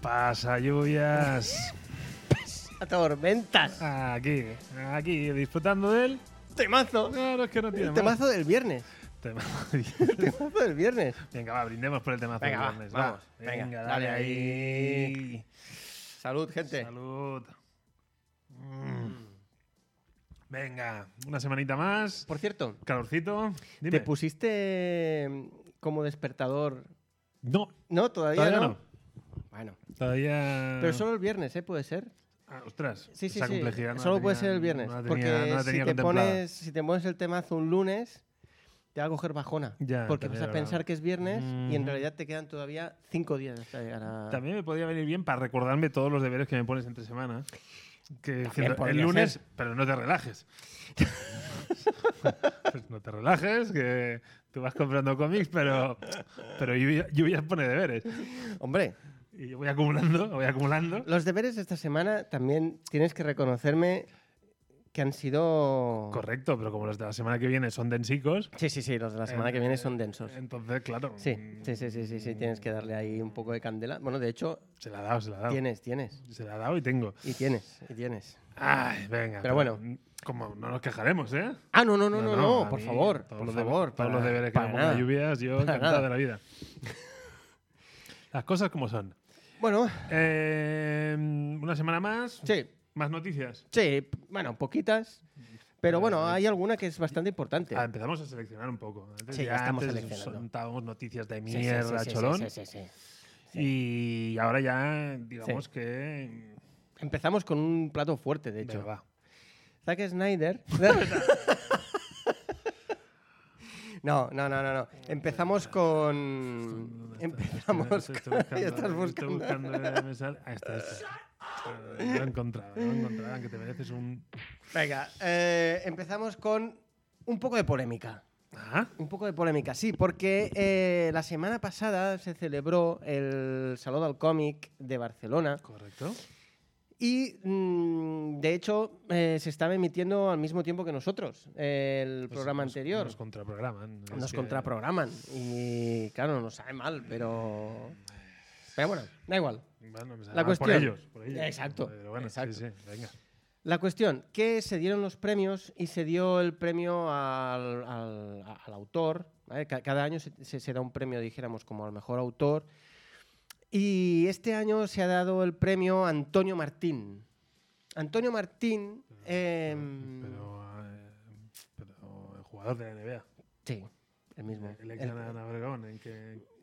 Pasa lluvias. A tormentas. Aquí, aquí, disfrutando de él. Temazo. Claro, es que no tiene El más. temazo del viernes. Temazo. El temazo del viernes. Venga, va, brindemos por el temazo. Venga, del va, viernes, vamos, Venga, venga, dale, dale ahí. Salud, gente. Salud. Mm. Venga, una semanita más. Por cierto, Calorcito. Dime. ¿te pusiste mm, como despertador? no, No, todavía, todavía no. no. Mm. Bueno. Todavía. Pero solo el viernes, ¿eh? Puede ser. Ah, ostras. Sí, sí, esa sí. complejidad no la Solo puede tenía- ser el viernes. no la tenía- porque no la si, tenía te contemplada. pones, si te pones el temazo un lunes, te va a coger bajona. Ya, porque vas también a es pensar verdad. que es viernes y en Ujú. realidad te quedan todavía cinco días hasta llegar a. También me podría venir bien para recordarme todos los deberes que me pones entre semana. Que diciendo, el podría lunes, ser. pero no te relajes. pues no te relajes, que tú vas comprando cómics, pero, pero lluvia, Lluvia pone deberes. Hombre, Y yo voy acumulando, voy acumulando. los deberes de esta semana también tienes que reconocerme que han sido. Correcto, pero como los de la semana que viene son densicos, Sí, sí, sí, los de la semana Eh, que viene son densos. entonces, claro. Sí, mm, sí, sí, sí, sí, sí, tienes que darle ahí un poco de candela. Bueno, de hecho, Se la ha dado, se la ha dado. tienes, tienes. Se la ha dado y tengo. Y tienes, y tienes. Ay, venga. Pero bueno. mm, Como no nos quejaremos, ¿eh? Ah, no, no, no, no, no, a por mí, favor, todos por los debe- favor. Todos los para- deberes que para me pongan nada. lluvias, yo para encantado de nada. la vida. Las cosas como son. Bueno, Eh, una semana más. sí, Más noticias. sí, p- bueno, poquitas. Pero bueno, hay alguna que es bastante importante. Ah, empezamos a seleccionar un poco. Antes Sí, ya estamos antes seleccionando. soltábamos noticias de Sí, sí, sí, mierda, sí, sí, cholón. sí, sí, sí. Y ahora ya, digamos que. Empezamos con un plato fuerte, de Venga, hecho. va. Zack Snyder. No, no, no, no, no. Empezamos con. Mm, Empezamos. Estoy- estoy con- buscando, Ya estás estoy buscando. buscando, me sale- Ah, está, está. Eh, Lo he encontrado, lo he encontrado, aunque te mereces un. Venga, eh, empezamos con un poco de polémica. Ah, Un poco de polémica, sí, porque eh, la semana pasada se celebró el Salón del Cómic de Barcelona correcto. y, mm, de hecho, eh, se estaba emitiendo al mismo tiempo que nosotros eh, el Pues programa nos- anterior. Nos contraprograman. es nos que- contraprograman y claro, nos sabe mal, pero pero bueno, da igual. Bueno, me sale La mal Por cuestión. ellos, por ellos. Exacto, Pero bueno, exacto. sí, sí, venga. La cuestión, que se dieron los premios y se dio el premio al, al- a- al autor, ¿vale? Ca- cada año se, se- se da un premio, dijéramos, como al mejor autor, y este año se ha dado el premio a Antonio Martín. Antonio Martín... Ah, em, Pero, eh, pero el jugador de la NBA. sí, el mismo. El ex El- de Ana Obregón, en que,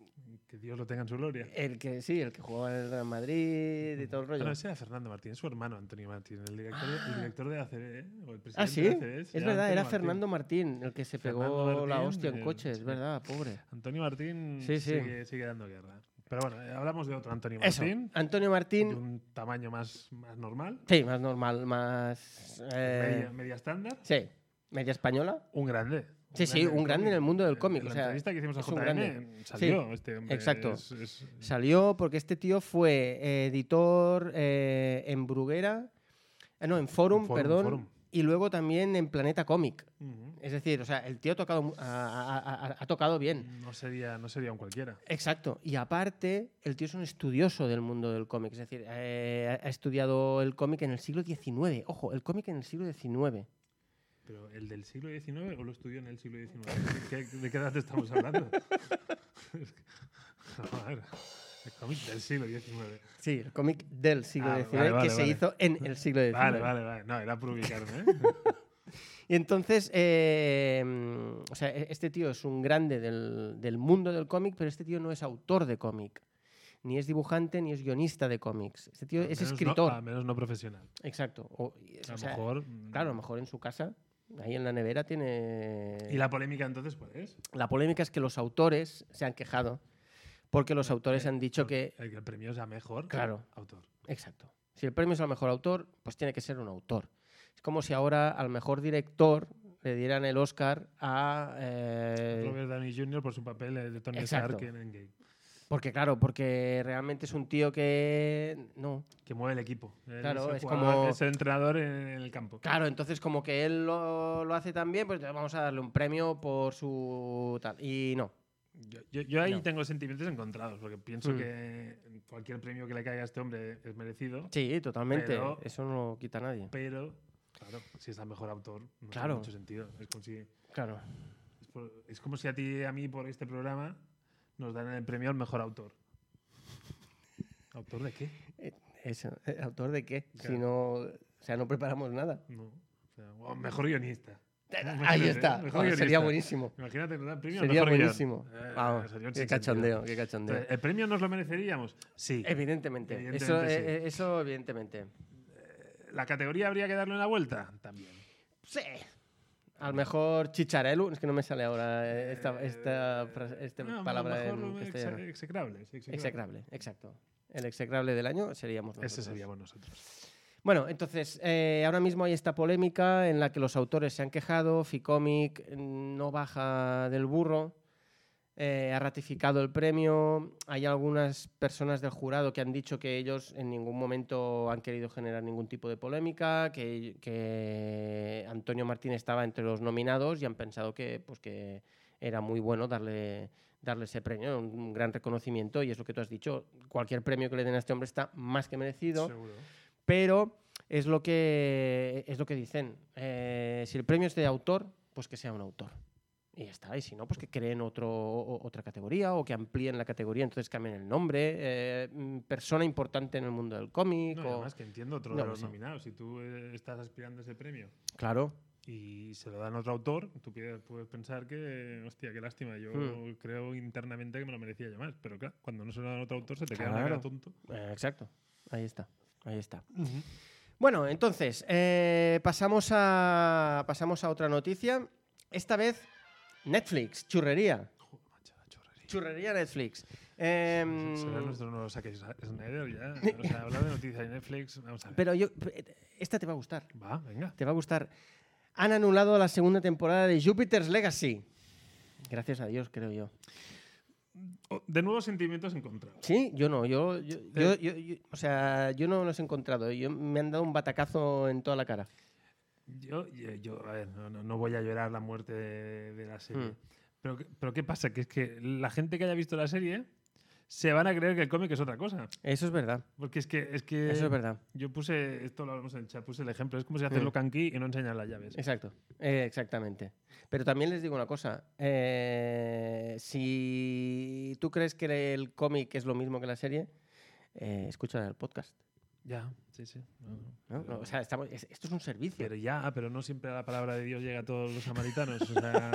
que Dios lo tenga en su gloria. el que sí, el que jugaba en el Real Madrid y Eh, todo el Ah, rollo. no, ese era Fernando Martín, es su hermano Antonio Martín, el director, de- el director de ACB. ¿eh? O el presidente Ah, sí. de ACB, Es se llama verdad, Antonio era Martín. Fernando Martín el que se pegó Fernando la Martín, hostia en el- coche, es sí. verdad, pobre. Antonio Martín Sí, sí. Sigue, sigue dando guerra. Pero bueno, eh, hablamos de otro Antonio Eso, Martín. Antonio De Martín. un tamaño más, más normal, Sí, más normal, más. eh, media- media estándar. sí, media española. Un grande. Sí, sí, un grande en el mundo del cómic, En o la sea, entrevista que hicimos a es un JN grande. salió Sí, este hombre. exacto. Es- es- Salió porque este tío fue eh, editor eh, en Bruguera, eh, no, en Forum, En Forum, perdón, Forum. y luego también en Planeta Cómic. Ujú. Es decir, o sea, el tío ha tocado, mu- ha- ha- ha- ha tocado bien. no, sería, no sería un cualquiera. Exacto. Y aparte, el tío es un estudioso del mundo del cómic. Es decir, eh, ha estudiado el cómic en el siglo XIX. Ojo, el cómic en el siglo XIX. Pero el del siglo XIX o lo estudió en el siglo XIX. ¿Qué- ¿De qué edad te estamos hablando? Es que- Joder, el cómic del siglo XIX. Sí, el cómic del siglo Ah, XIX vale, vale, que se vale. hizo en el siglo XIX. Vale, vale, vale. No, era por ubicarme. ¿eh? Y entonces, eh, mm, o sea, e- este tío es un grande del, del mundo del cómic, pero este tío no es autor de cómic. Ni es dibujante, ni es guionista de cómics. Este tío Al es menos no- escritor. al menos no profesional. Exacto. O- y- A o lo sea, mejor. mm. Claro, a lo mejor en su casa Ahí en la nevera tiene... ¿Y la polémica entonces cuál es? La polémica es que los autores se han quejado porque los autores Eh, han dicho au- que... El, que el premio sea mejor. Claro. Autor. Exacto. Si el premio es al mejor autor, pues tiene que ser un autor. Es como si ahora al mejor director le dieran el Oscar a... eh, Robert Downey Jr. por su papel eh, de Tony Exacto. Stark en Endgame. porque claro, porque realmente es un tío que... No. Que mueve el equipo. Él Claro, el es jugador, como- Es el entrenador en el campo. Claro, entonces como que él lo, lo hace tan bien, pues vamos a darle un premio por su tal. Y no. Yo, yo- yo ahí No. tengo sentimientos encontrados, porque pienso Mm. que cualquier premio que le caiga a este hombre es merecido, Sí, totalmente. Pero- Eso no lo quita nadie. pero, claro, si es el mejor autor, no tiene Claro. mucho sentido. Es como, si, es, Claro. por- es como si a ti y a mí por este programa nos dan el premio al mejor autor. ¿Autor de qué? Eso. ¿eh, ¿Autor de qué? Si Claro. no. O sea, no preparamos nada. No. O sea, o mejor guionista. Ahí Imagínate, está. mejor Joder, sería guionista. buenísimo. Imagínate, nos dan el premio al Sería mejor guion. buenísimo. Eh, Vamos, sería un qué sinsentido. cachondeo, qué cachondeo. Entonces, ¿El premio nos lo mereceríamos? Sí. Evidentemente. eso, Evidentemente eh, eh, eso, evidentemente. ¿La categoría habría que darle una vuelta? También. Sí. Al mejor chicharelu. Es que no me sale ahora esta, esta, frase- esta Eh, No, a lo palabra mejor, en eh, castellano. exe- execrables, execrables. Execrable, exacto. El execrable del año seríamos nosotros. Ese seríamos nosotros. Bueno, entonces, eh, ahora mismo hay esta polémica en la que los autores se han quejado, Ficomic no baja del burro, eh, ha ratificado el premio, hay algunas personas del jurado que han dicho que ellos en ningún momento han querido generar ningún tipo de polémica, que, que Antonio Martín estaba entre los nominados y han pensado que, pues, que era muy bueno darle, darle ese premio, un, un gran reconocimiento, y es lo que tú has dicho, cualquier premio que le den a este hombre está más que merecido Seguro. pero es lo que es lo que dicen. Eh, si el premio es de autor, pues que sea un autor. Y ya está. Y si no, pues que creen otro, o- otra categoría o que amplíen la categoría, entonces cambien el nombre. eh, mm, persona importante en el mundo del cómic. No, y o- además que entiendo otro No, de los sí. nominados. Si tú eh, estás aspirando a ese premio Claro. y se lo dan a otro autor, tú pi- puedes pensar que, hostia, qué lástima. Yo Hmm. creo internamente que me lo merecía yo más. Pero claro, cuando no se lo dan a otro autor, se te queda una Claro. cara tonto. Eh, exacto. Ahí está. Ahí está. Bueno, entonces, eh, pasamos, a, pasamos a otra noticia. Esta vez, Netflix, churrería. Joder, macho, la chorrería. Churrería Netflix. Se- Será Em, nuestro nuevo Zack Snyder ya. O sea, hablar de noticias de Netflix, vamos a ver. Pero yo. Esta te va a gustar. Va, venga. Te va a gustar. Han anulado la segunda temporada de Jupiter's Legacy. Gracias a Dios, creo yo. Oh, De nuevo, sentimientos encontrados. Sí, yo no. Yo, yo, yo- yo- yo- o sea, yo no los he encontrado. Yo, me han dado un batacazo en toda la cara. Yo, yo, yo, a ver, no, no- no voy a llorar la muerte de, de la serie. Mm. Pero, qué- pero ¿qué pasa? Que es que la gente que haya visto la serie se van a creer que el cómic es otra cosa. Eso es verdad. Porque es que, es que Eso es verdad. yo puse, esto lo hablamos en el chat, puse el ejemplo. Es como si haces Mm. lo canqui y no enseñas las llaves. Exacto. Eh, exactamente. Pero también les digo una cosa. eh, si tú crees que el cómic es lo mismo que la serie, eh, escucha el podcast. Ya, sí, sí. No, no. ¿no? No, o sea, estamos- es- esto es un servicio. Pero ya, pero no siempre la palabra de Dios llega a todos los samaritanos. O sea...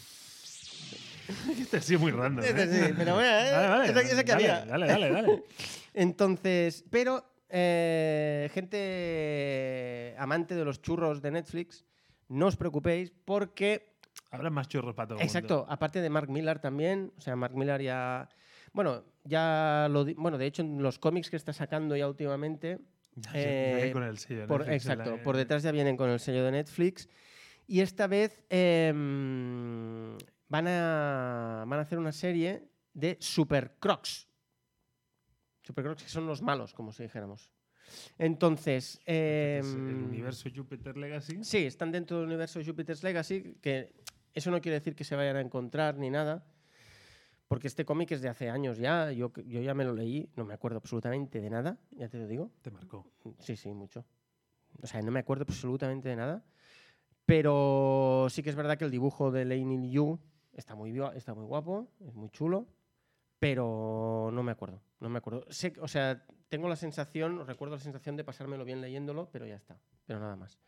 este ha sido muy random. Este ¿eh? sí, pero bueno, eh, Vale, vale, esa- esa que dale, había. dale, dale, dale. Entonces, pero eh, gente amante de los churros de Netflix, no os preocupéis porque, Habrá más churros para todo el mundo. exacto, aparte de Mark Millar también, o sea, Mark Millar ya, bueno, ya lo, di- bueno, de hecho en los cómics que está sacando ya últimamente, Ya, ya, ya Eh, con el sello de por- Netflix en exacto, la- por detrás ya vienen con el sello de Netflix y esta vez em, van, a, van a hacer una serie de Super Crocs. Super Crocs que son los malos, como si dijéramos. Entonces, Entonces, el em, universo Jupiter Legacy. Sí, están dentro del universo Jupiter's Legacy, que eso no quiere decir que se vayan a encontrar ni nada, porque este cómic es de hace años ya, yo, yo ya me lo leí, no me acuerdo absolutamente de nada, ya te lo digo. Te marcó. Sí, sí, mucho. O sea, no me acuerdo absolutamente de nada. Pero sí que es verdad que el dibujo de Lane Yu está muy, gua- está muy guapo, es muy chulo. Pero no me acuerdo, no me acuerdo. Sé, que- o sea, tengo la sensación, recuerdo la sensación de pasármelo bien leyéndolo, pero ya está, pero nada más.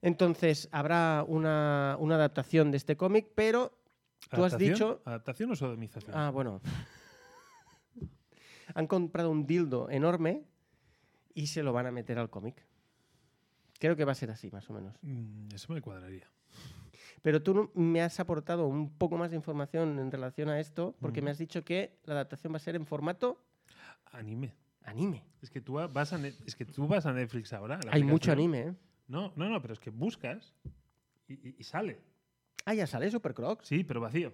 Entonces, habrá una, una adaptación de este cómic, pero Tú has ¿Adaptación? dicho- ¿Adaptación o sodomización? Ah, bueno. Han comprado un dildo enorme y se lo van a meter al cómic. Creo que va a ser así, más o menos. Mm, Eso me cuadraría. Pero tú no- me has aportado un poco más de información en relación a esto, porque Mm. me has dicho que la adaptación va a ser en formato Anime. anime. Es que tú vas a, Ne- es que tú vas a Netflix ahora. la Hay mucho aplicación. anime, ¿eh? No, no, no, pero es que buscas y, y- y sale. Ah, ya sale Super Crocs. Sí, pero vacío.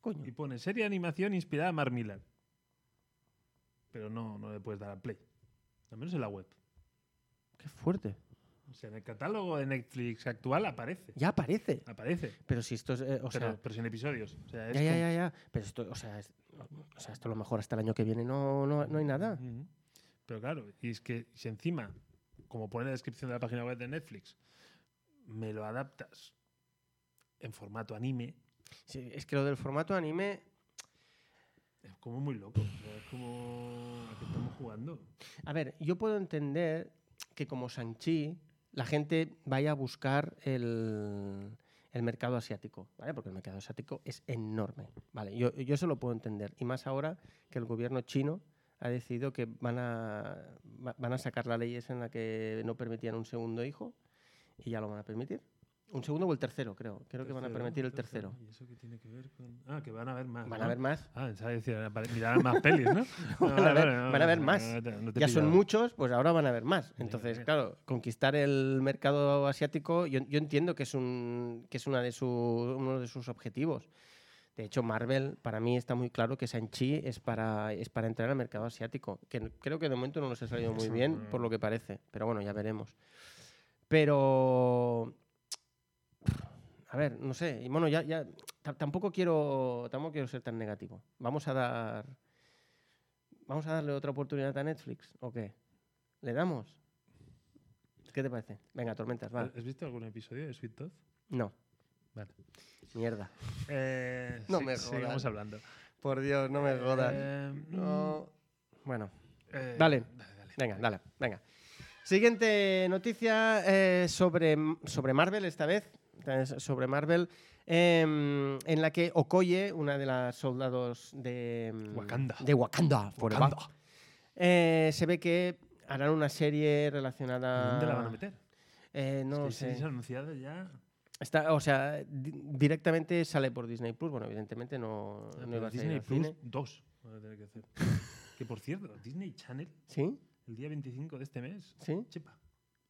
Coño. Y pone serie de animación inspirada en Mark Millar. Pero no, no le puedes dar al play. Al menos en la web. Qué fuerte. O sea, en el catálogo de Netflix actual aparece. Ya aparece. Aparece. Pero si esto es. eh, o pero, sea. pero sin episodios. O sea, es Ya, ya, como- ya, ya. Pero esto, o sea, es- o sea, esto a lo mejor hasta el año que viene no, no, no hay nada. Ujú. Pero claro, y es que si encima, como pone en la descripción de la página web de Netflix, me lo adaptas en formato anime, Sí, es que lo del formato anime. es como muy loco. o sea, es como a qué estamos jugando. A ver, yo puedo entender que como Sanchi, la gente vaya a buscar el, el mercado asiático, ¿vale? Porque el mercado asiático es enorme, ¿vale? Yo, yo eso lo puedo entender. Y más ahora que el gobierno chino ha decidido que van a, va- van a sacar las leyes en la que no permitían un segundo hijo y ya lo van a permitir. Un segundo o el tercero, creo. Creo que van a Tercero, permitir el tercero. ¿Y eso qué tiene que ver con.? Ah, que van a ver más. Van ¿no? a ver más. Ah, pensaba que decía, "Vale, mirarán más pelis, ¿no? No, Van a ver- vale, no, van a ver no, más. no te- no te he ya son pillado. muchos, pues ahora van a haber más. Entonces, ya. claro, conquistar el mercado asiático, yo, yo entiendo que es, un, que es una de su- uno de sus objetivos. De hecho, Marvel, para mí está muy claro que Sanchi es para, es para entrar al mercado asiático, que n- creo que de momento no nos ha salido muy Eso bien, no. por lo que parece, pero bueno, ya veremos. Pero... A ver, no sé, y bueno, ya, ya ta- tampoco quiero tampoco quiero ser tan negativo. Vamos a dar vamos a darle otra oportunidad a Netflix o qué? ¿Le damos? ¿Qué te parece? Venga, tormentas, va. ¿Has visto algún episodio de Sweet Tooth? No. Eh, Vale. Mierda. Eh, No sí, me jodas. Sigamos hablando. Por Dios, no me jodas. Eh, No. Bueno, eh, Dale. dale, dale. venga, dale, venga. Siguiente noticia eh, sobre, sobre Marvel esta vez. eh, Sobre Marvel, em, en la que Okoye, una de las soldados de mm, Wakanda. de Wakanda, forever, Wakanda. eh, se ve que harán una serie relacionada. ¿Dónde la van a meter? Eh, Ah, no es que sé. si es anunciada ya. Está, o sea, di- directamente sale por Disney Plus. Bueno, evidentemente no, no Ah, Pero iba a salir Disney al Plus cine. 2 van a tener que hacer. que por cierto, Disney Channel, ¿Sí? el día 25 de este mes, ¿Sí? chepa,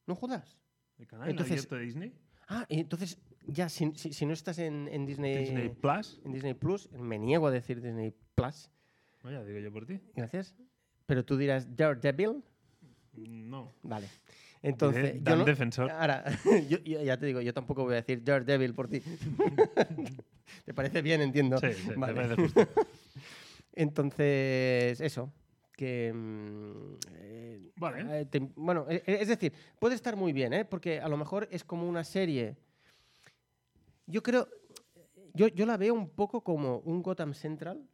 ¿No jodas? el canal Entonces- abierto de Disney, Ah, y entonces, ya, si, si- si no estás en, en Disney, Disney Plus. en Disney Plus, me niego a decir Disney Plus, Vaya, digo yo por ti. gracias. Pero tú dirás Daredevil. No. Vale. Entonces, Diré yo Dan no- Defensor. Ahora, yo, yo ya te digo, yo tampoco voy a decir Daredevil por ti. ¿Te parece bien? Entiendo. Sí, sí, me Vale. parece justo. Entonces, eso. Que. mm, eh, Vale. eh, te- bueno, e- e- es decir, puede estar muy bien, ¿eh? Porque a lo mejor es como una serie. Yo creo. Yo, yo la veo un poco como un Gotham Central.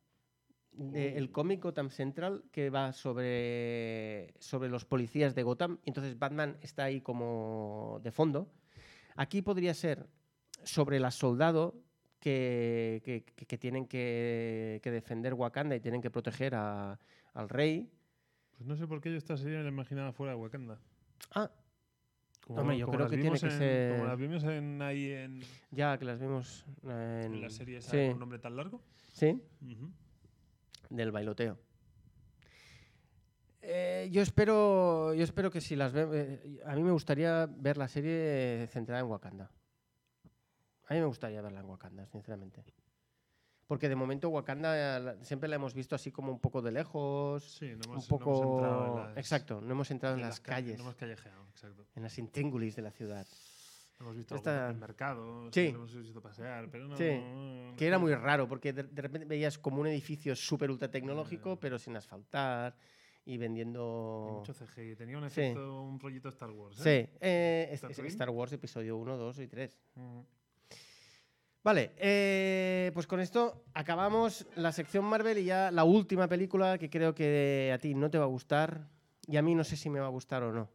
de- el cómic Gotham Central que va sobre, sobre los policías de Gotham. y Entonces Batman está ahí como de fondo. Aquí podría ser sobre la soldado que, que- que- que tienen que, que defender Wakanda y tienen que proteger a- al rey. Pues no sé por qué yo esta serie me la imaginaba fuera de Wakanda. Ah, Como, Hombre, yo creo las que tiene vimos que en- ser- Como las vimos en, ahí en, ya que las vimos eh, en, en la serie esa sí, con un nombre tan largo. sí, Ujú. del bailoteo. Eh, yo espero, yo espero que si las ve, eh, a mí me gustaría ver la serie centrada en Wakanda. A mí me gustaría verla en Wakanda, sinceramente. Porque de momento Wakanda eh, la- siempre la hemos visto así como un poco de lejos, Sí, no un hemos, no hemos poco entrado en las- exacto no hemos entrado en, las ca- calles No hemos callejeado, exacto. en las intríngulis de la ciudad Hemos visto Esta- Está... mercados, Sí. nos hemos visto pasear, pero no. Sí, que era muy raro porque de, de repente veías como un edificio súper ultra tecnológico Eh. pero sin asfaltar y vendiendo Mucho CGI. Tenía un Sí. efecto, un rollito Star Wars. sí ¿eh? eh, es- es- ¿Tatooine? Star Wars episodio 1 2 y 3 Mm. Vale, eh, pues con esto acabamos la sección Marvel y ya la última película que creo que a ti no te va a gustar y a mí no sé si me va a gustar o no.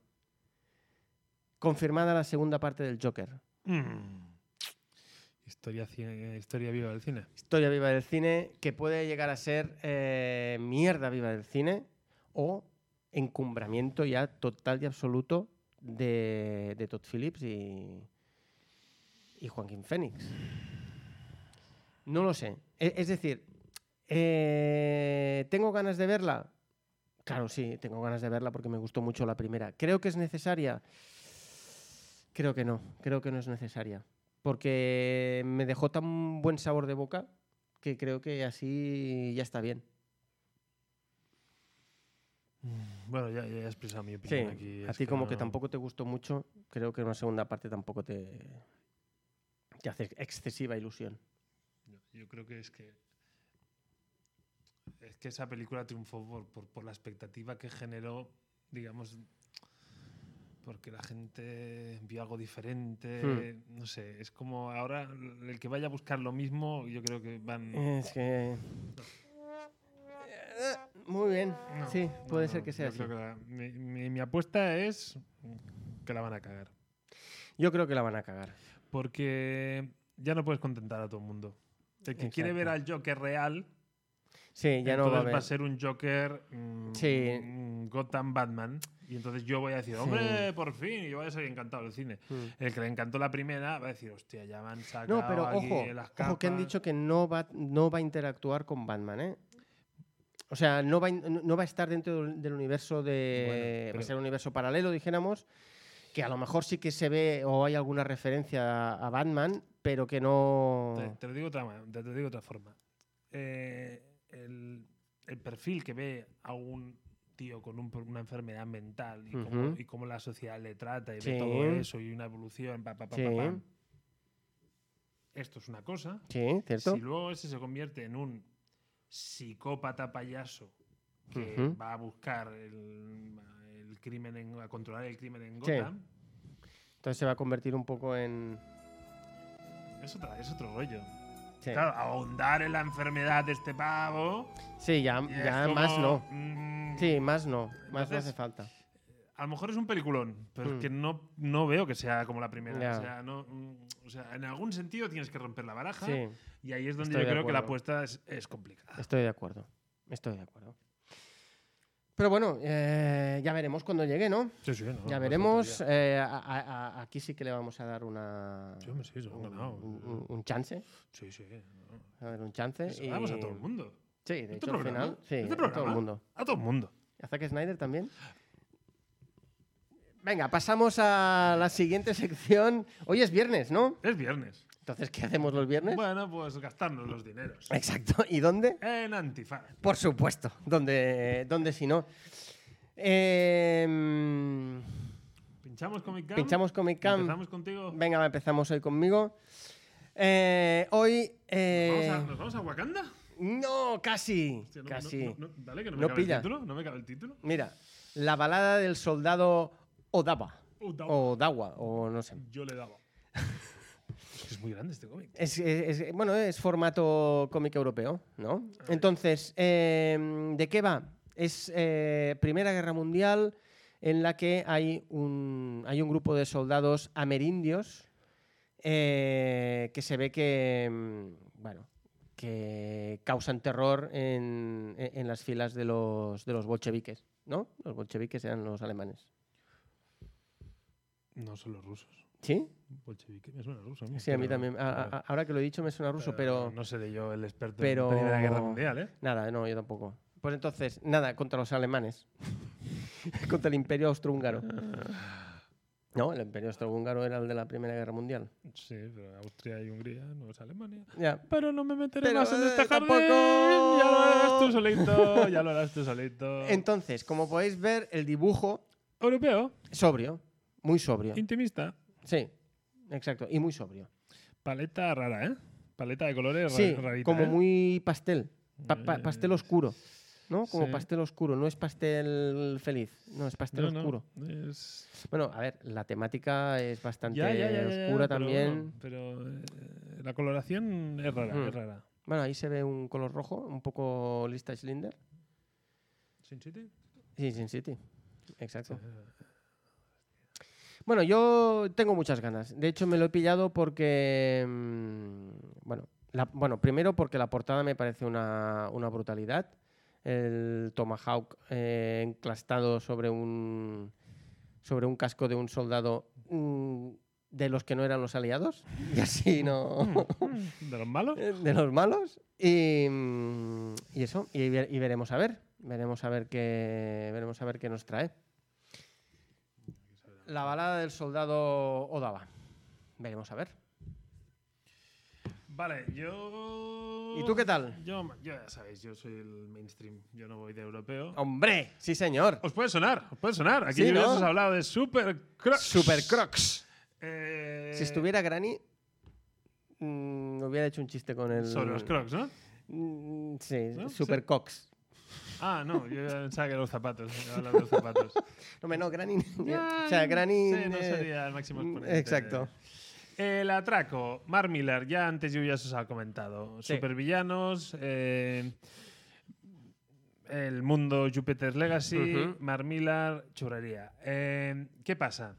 Confirmada la segunda parte del Joker. Mm. Historia, cine- historia viva del cine. Historia viva del cine que puede llegar a ser eh, mierda viva del cine o encumbramiento ya total y absoluto de, de Todd Phillips y, y Joaquín Fénix. No lo sé. E- Es decir, eh, ¿tengo ganas de verla? Claro, sí, tengo ganas de verla porque me gustó mucho la primera. ¿Creo que es necesaria? Creo que no, creo que no es necesaria. Porque me dejó tan buen sabor de boca que creo que así ya está bien. Bueno, ya, ya he expresado mi Sí, opinión aquí. a es ti como que no- tampoco te gustó mucho, creo que una segunda parte tampoco te, te hace excesiva ilusión. No, Yo creo que es que. Es que esa película triunfó por, por, por la expectativa que generó, digamos. Porque la gente vio algo diferente. Hmm. No sé, es como ahora el que vaya a buscar lo mismo, yo creo que van. Es que... Muy bien, No, sí, no, puede no, ser que yo sea así. creo que la- mi, mi- mi apuesta es que la van a cagar. Yo creo que la van a cagar. Porque ya no puedes contentar a todo el mundo. El que quiere ver al Joker real, Sí, ya entonces no va a va, haber. a ser un Joker mm, Sí. mm, Gotham Batman. Y entonces yo voy a decir, Sí. hombre, por fin, y yo voy a salir encantado del cine. Mm. El que le encantó la primera va a decir, hostia, ya van sacando No, pero ojo, las capas. ojo que han dicho que no va, no va a interactuar con Batman, ¿eh? O sea, no va, a in- no va a estar dentro del del universo de... Bueno, Va a pero- ser un universo paralelo, dijéramos, que a lo mejor sí que se ve o hay alguna referencia a Batman, pero que no... Te, te lo digo de otra, ma- te, te lo digo de otra forma. Eh, el, el perfil que ve a un tío con un pro- una enfermedad mental y, cómo, Ujú. y cómo la sociedad le trata y Sí. ve todo eso y una evolución, pa, pa, pa, pa, Sí. pam. Esto es una cosa. Sí, ¿cierto? Si luego ese se convierte en un psicópata payaso que Ujú. va a buscar el, el crimen, en- a controlar el crimen en Sí. Gotham, Entonces se va a convertir un poco en... es, otra- es otro rollo. Sí, Claro, ahondar en la enfermedad de este pavo. Sí, ya, Y es Mm, ya como, más no. mm, Sí, más no. Más no Entonces, hace falta. A lo mejor es un peliculón, pero Mm. es que no, no veo que sea como la primera. Ya. O, sea, no, mm, o sea, en algún sentido tienes que romper la baraja. Sí, Y ahí es donde Estoy yo de creo que la acuerdo. apuesta es, es complicada. estoy de acuerdo. Estoy de acuerdo. Pero bueno, eh, ya veremos cuando llegue, ¿no? Pues ya veremos. eh, a- a- a- aquí sí que le vamos a dar una... Sí, hombre, sí, se lo han un, ganado. un- un chance. Sí, sí. no. A ver, un chance. Se lo damos y- a todo el mundo. Sí, de Este hecho, al programa, final... Sí, este a todo el programa. mundo. A todo el mundo. ¿A Zack Snyder también? Venga, pasamos a la siguiente sección. Hoy es viernes, ¿no? Es viernes. Entonces, ¿qué hacemos los viernes? Bueno, pues gastarnos los dineros. Exacto. ¿Y dónde? En Antifaz. Por supuesto, donde, donde si no. Em, Pinchamos Comic Cam. pinchamos Comic Cam. Empezamos contigo. Venga, empezamos hoy conmigo. Eh, hoy. eh, ¿Nos, vamos a, nos vamos a Wakanda? No, casi. Hostia, no- no- casi. no- no- dale, que no me No cabe pilla. el título. No me cabe el título. Mira, la balada del soldado Odaba. Oh, da- O Dawa, o no sé. Yo le daba. es que es muy grande este cómic. Es, es- es- bueno, es formato cómic europeo, ¿no? Entonces, eh, ¿de qué va? Es eh, Primera Guerra Mundial en la que hay un, hay un grupo de soldados amerindios eh, que se ve que, mm, bueno, que causan terror en, e, en- en las filas de los, de los bolcheviques, ¿no? Los bolcheviques eran los alemanes. No son los rusos. ¿Sí? Bolchevique me suena ruso. Sí, a mí también. A- a- a- ahora que lo he dicho me suena ruso, pero... No seré yo el experto pero- en Primera Guerra Mundial, ¿eh? Nada, no, yo tampoco. Pues entonces, nada, contra los alemanes. contra el imperio austrohúngaro. No, el imperio austrohúngaro era el de la Primera Guerra Mundial. Sí, pero Austria y Hungría no es Alemania. Ya. Pero no me meteré Pero, más en este eh, jardín. tampoco. Ya lo harás tú solito. Ya lo harás tú solito. Entonces, como podéis ver, el dibujo Europeo, sobrio, muy sobrio. intimista. Sí, exacto, y muy sobrio. Paleta rara, ¿eh? Paleta de colores ra- Sí, rarita, como ¿eh? muy pastel, pa- pa- Eh, pastel oscuro. ¿no? Como sí. pastel oscuro, no es pastel feliz, no, es pastel No, no, oscuro. es- Bueno, a ver, la temática es bastante Ya, ya, ya, ya, ya, pero oscura también. bueno, Pero, eh, la coloración es rara, Mm. es rara. Bueno, ahí se ve un color rojo, un poco lista Schlinder. ¿Sin City? Sí, Sin City. Exacto. Bueno, yo tengo muchas ganas. De hecho, me lo he pillado porque. mm, Bueno, la- bueno primero porque la portada me parece una, una brutalidad. El Tomahawk eh, enclastado sobre un. sobre un casco de un soldado mm, de los que no eran los aliados. Y así no. ¿De los malos? Eh, de los malos. Y, mm, y eso, y, ve- y veremos a ver. Veremos a ver qué. Veremos a ver qué nos trae. La balada del soldado Odaba. Veremos a ver. Vale, yo. ¿Y tú qué tal? Yo, yo ya sabéis, yo soy el mainstream, yo no voy de europeo. ¡Hombre! Sí, señor. Os puede sonar, os puede sonar. Aquí Sí, ya ¿no? os he hablado de Super Crocs. Super Crocs. Eh, Si estuviera Granny, mm, hubiera hecho un chiste con el. Sobre los Crocs, ¿no? Mm, sí, ¿No? Super Cox. Ah, no, yo ya pensaba que los zapatos. yo hablaba de los zapatos. No, hombre, no, Granny. Ya, o sea, Granny. sí, no eh, sería el máximo mm, exponente. exacto. El atraco, Mar Miller, ya antes yo ya os ha comentado. Sí. Supervillanos, eh, el mundo Jupiter's Legacy, Ujú. Mar Miller, churrería. Eh, ¿Qué pasa?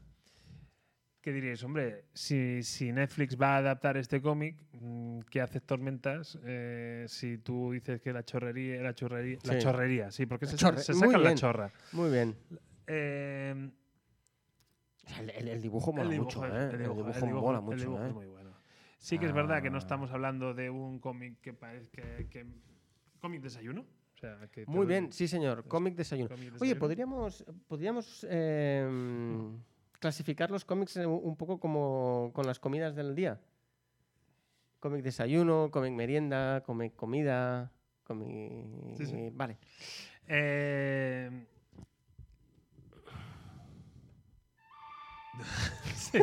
Que diréis, hombre, si, si Netflix va a adaptar este cómic, mm, ¿qué haces tormentas? Eh, si tú dices que la chorrería, la chorrería, la Sí. chorrería, sí, porque se, chorre- se muy saca la bien. chorra. Muy bien. Eh, O sea, el, el- el dibujo mola mucho, es- ¿eh? El dibujo, mola el mucho, dibujo ¿eh? es muy bueno. Sí que es verdad que no Ah. estamos hablando de un cómic que parece que... cómic desayuno. O sea, que te Muy lo- bien, sí, señor. Cómic desayuno. cómic Oye, desayuno. podríamos, podríamos eh, clasificar los cómics eh, un poco como con las comidas del día. Cómic desayuno, cómic merienda, cómic comida, cómic... Sí, sí. Vale. Eh, sí,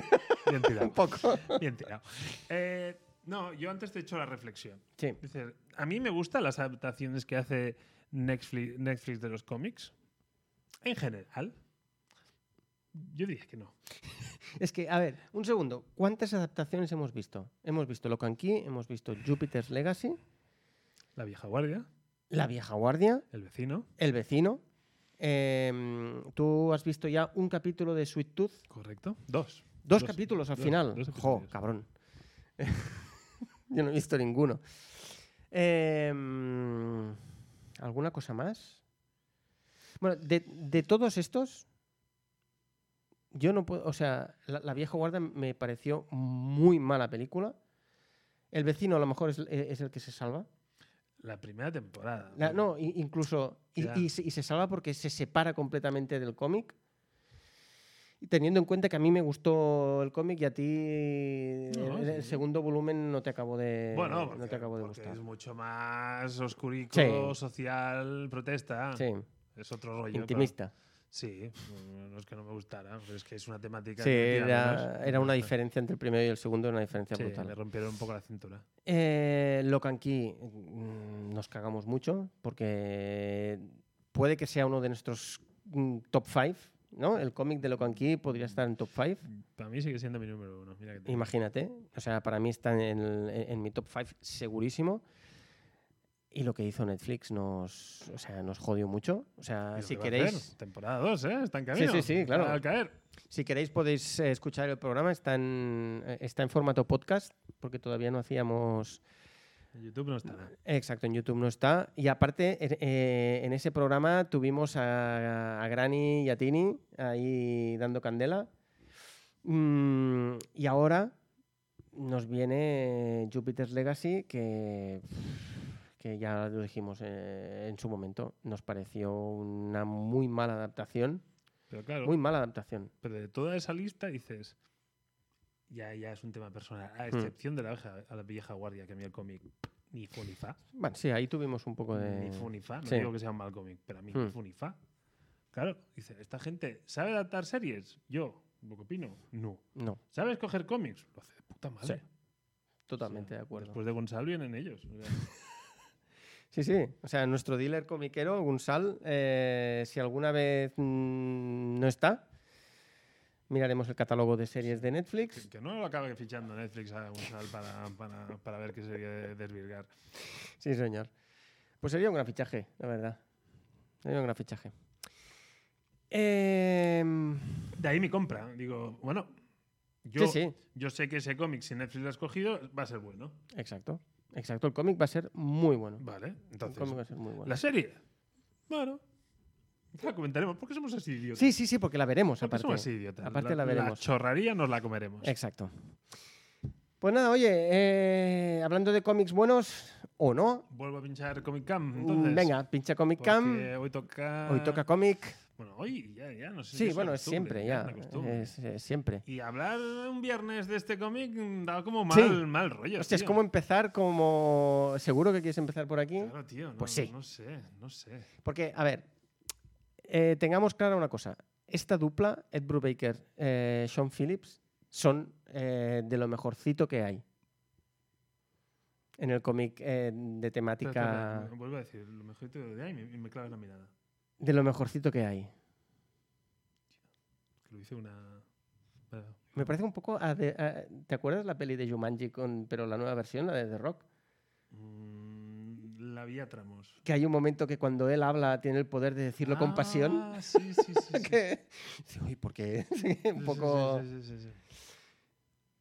bien Un tirado. poco. Bien tirado. Eh, no, yo antes te he hecho la reflexión. Sí. Dice, a mí me gustan las adaptaciones que hace Netflix, Netflix de los cómics. En general. Yo diría que no. Es que, a ver, un segundo. ¿Cuántas adaptaciones hemos visto? Hemos visto Locanqui, hemos visto Jupiter's Legacy, La vieja guardia, La Vieja Guardia, el vecino. El Vecino. Em, Tú has visto ya un capítulo de Sweet Tooth. Correcto. Dos. Dos, Dos- capítulos al dos- final. dos jo, episodios. cabrón. Yo no he visto ninguno. Em, ¿Alguna cosa más? Bueno, de, de todos estos, yo no puedo. O sea, la, La Vieja Guardia me pareció muy mala película. El vecino a lo mejor es, es el que se salva. La primera temporada. La- no, i- incluso. Y, Ya. y se, y se salva porque se separa completamente del cómic. Y Teniendo en cuenta que a mí me gustó el cómic y a ti No, el, sí, el sí. segundo volumen no te acabó de, Bueno, eh, no te porque, acabó de porque gustar. es mucho más oscurico, Sí. social, protesta. Sí, Es otro rollo. claro. intimista. Sí, mm, no no es que no me gustara, pero es que es una temática. Sí, que me tira era, menos. era una diferencia entre el primero y el segundo, una diferencia Sí, me brutal. rompieron un poco la cintura. Eh, Locan Key mm, nos cagamos mucho porque puede que sea uno de nuestros mm, top 5, ¿no? El cómic de Locan Key podría Mm. estar en top 5. Para mí sigue siendo mi número uno. Mira que te- Imagínate, o sea, para mí está en, el- en mi top 5 segurísimo. Y lo que hizo Netflix nos, o sea, nos jodió mucho. O ¿Y sea, lo que si va a queréis, hacer? Temporada 2, ¿eh? Está en sí, camino. sí, claro. Al caer. si queréis podéis eh, escuchar el programa. Está en, eh, está en formato podcast porque todavía no hacíamos... En YouTube no estará. Exacto, en YouTube no está. Y aparte, en- eh, en ese programa tuvimos a, a Granny y a Tini ahí dando candela. Mm, y ahora nos viene Jupiter's Legacy, que, que ya lo dijimos eh, en su momento. Nos pareció una muy mala adaptación. Pero claro, Muy mala adaptación. pero de toda esa lista dices. Ya, ya es un tema personal. Hmm. A excepción de la vieja, a la vieja guardia que a mí el cómic ni fue ni fa. Bueno, sí, ahí tuvimos un poco de. Ni fu ni fa. No sí. digo que sea un mal cómic, pero a mí ni Hmm. fu ni fa. Claro, dice, ¿esta gente sabe adaptar series? Yo, lo que opino, no. No, ¿Sabe escoger cómics? Lo hace de puta madre. Sí, totalmente de acuerdo. Después de Gonzalo vienen ellos. o sea, Sí, sí. O sea, nuestro dealer comiquero, Gunsal, eh, si alguna vez mm, no está, miraremos el catálogo de series de que, Netflix. que no lo acabe fichando Netflix a Gonzalo para, para, para ver qué sería de desvirgar. Sí, señor. Pues sería un gran fichaje, la verdad. Sería un gran fichaje. Em, De ahí mi compra. Digo, bueno, yo, Sí, sí. yo sé que ese cómic, si Netflix lo ha escogido, va a ser bueno. exacto. Exacto. El cómic va a ser muy bueno. Vale, El cómic va a entonces. ser muy bueno. La serie. Bueno, La comentaremos porque somos así idiotas. Sí, sí, sí, porque la veremos Porque aparte. somos así idiotas. Aparte la veremos. chorraría nos la comeremos. Exacto. Pues nada, oye, eh, hablando de cómics buenos o no, Vuelvo a pinchar Comic Cam, mm, entonces. venga, pincha Comic Cam. porque Hoy toca. Hoy toca cómic. Bueno, hoy ya, ya no sé. Sí, es bueno, una es costumbre, siempre, ya. una costumbre. Es, es siempre. Y hablar un viernes de este cómic mm, da como mal, Sí. mal rollo. Hostia, es tío. como empezar como... ¿Seguro que quieres empezar por aquí? Claro, tío, no, Pues sí. no sé, no sé. Porque, a ver, eh, tengamos clara una cosa. Esta dupla, Ed Brubaker, eh, Sean Phillips, son eh, de lo mejorcito que hay en el cómic eh, de Espera, temática. espera, vuelvo a decir, lo mejor te lo de ahí y me, y me claves la mirada. De lo mejorcito que hay. Que lo hice una. Bueno, Me parece un poco. a de- a- ¿Te acuerdas la peli de Jumanji, con, pero la nueva versión, la de The Rock? mm, la vi a tramos. Que hay un momento que cuando él habla tiene el poder de decirlo con pasión. Ah, Sí, sí, sí. sí. Que, uy, ¿por qué? un Sí, poco. Sí, sí, sí, sí, sí.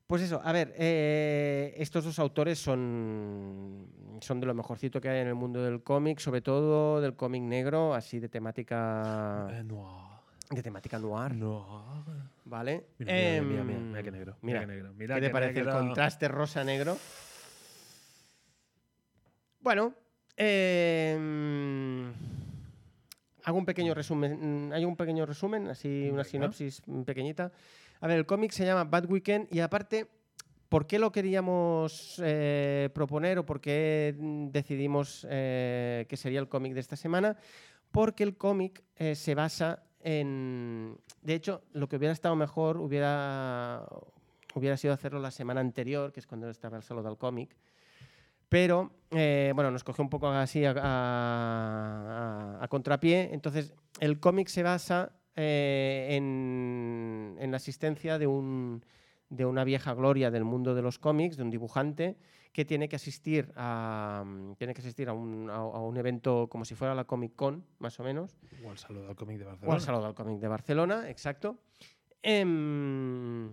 Pues eso, a ver, eh, estos dos autores son, son de lo mejorcito que hay en el mundo del cómic, sobre todo del cómic negro, así de temática Eh, no. de temática noir, No. ¿vale? Mira, mira, mira, Em, mira, mira qué negro. Mira, Mira, qué negro. Mira ¿qué te qué parece el negro. contraste rosa-negro? Bueno, em, hago un pequeño resumen, mm, hay un pequeño resumen, así una Venga. sinopsis pequeñita. A ver, el cómic se llama Bad Weekend y aparte ¿Por qué lo queríamos eh, proponer o por qué mm, decidimos eh, que sería el cómic de esta semana? Porque el cómic eh, se basa en... De hecho, lo que hubiera estado mejor hubiera, hubiera sido hacerlo la semana anterior, que es cuando estaba el solo del cómic. Pero, eh, bueno, nos cogió un poco así a, a- a- a contrapié. Entonces, el cómic se basa eh, en, en la asistencia de un de una vieja gloria del mundo de los cómics, de un dibujante, que tiene que asistir a, mm, tiene que asistir a, un, a- a un evento como si fuera la Comic Con, más o menos, Igual saludo al cómic de o Barcelona. al Salón del Cómic de Barcelona, exacto, Em,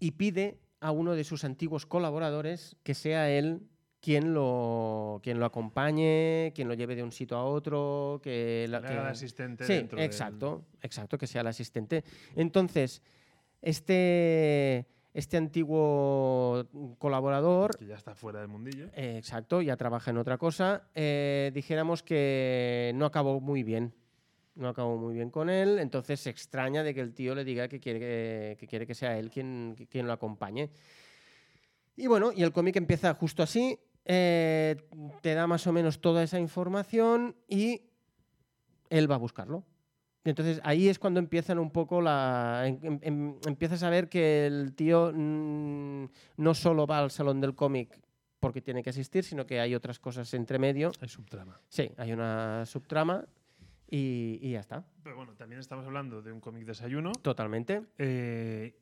y pide a uno de sus antiguos colaboradores que sea él quien lo, quien lo acompañe, quien lo lleve de un sitio a otro, que... Que la- le que- haga de asistente Sí, dentro del- exacto, exacto, que sea el asistente. Entonces, este, este antiguo colaborador, Que ya está fuera del mundillo. eh, exacto, ya trabaja en otra cosa, eh, dijéramos que no acabó muy bien. No acabó muy bien con él, entonces se extraña de que el tío le diga que quiere que, que quiere que sea él quien, quien lo acompañe. Y bueno, y el cómic empieza justo así, eh, te da más o menos toda esa información y él va a buscarlo. Y entonces ahí es cuando empiezan un poco la. em- em- em- empiezas a ver que el tío mm, no solo va al salón del cómic porque tiene que asistir, sino que hay otras cosas entre medio. Hay subtrama. Sí, hay una subtrama y, y ya está. Pero bueno, también estamos hablando de un cómic desayuno. Totalmente. eh,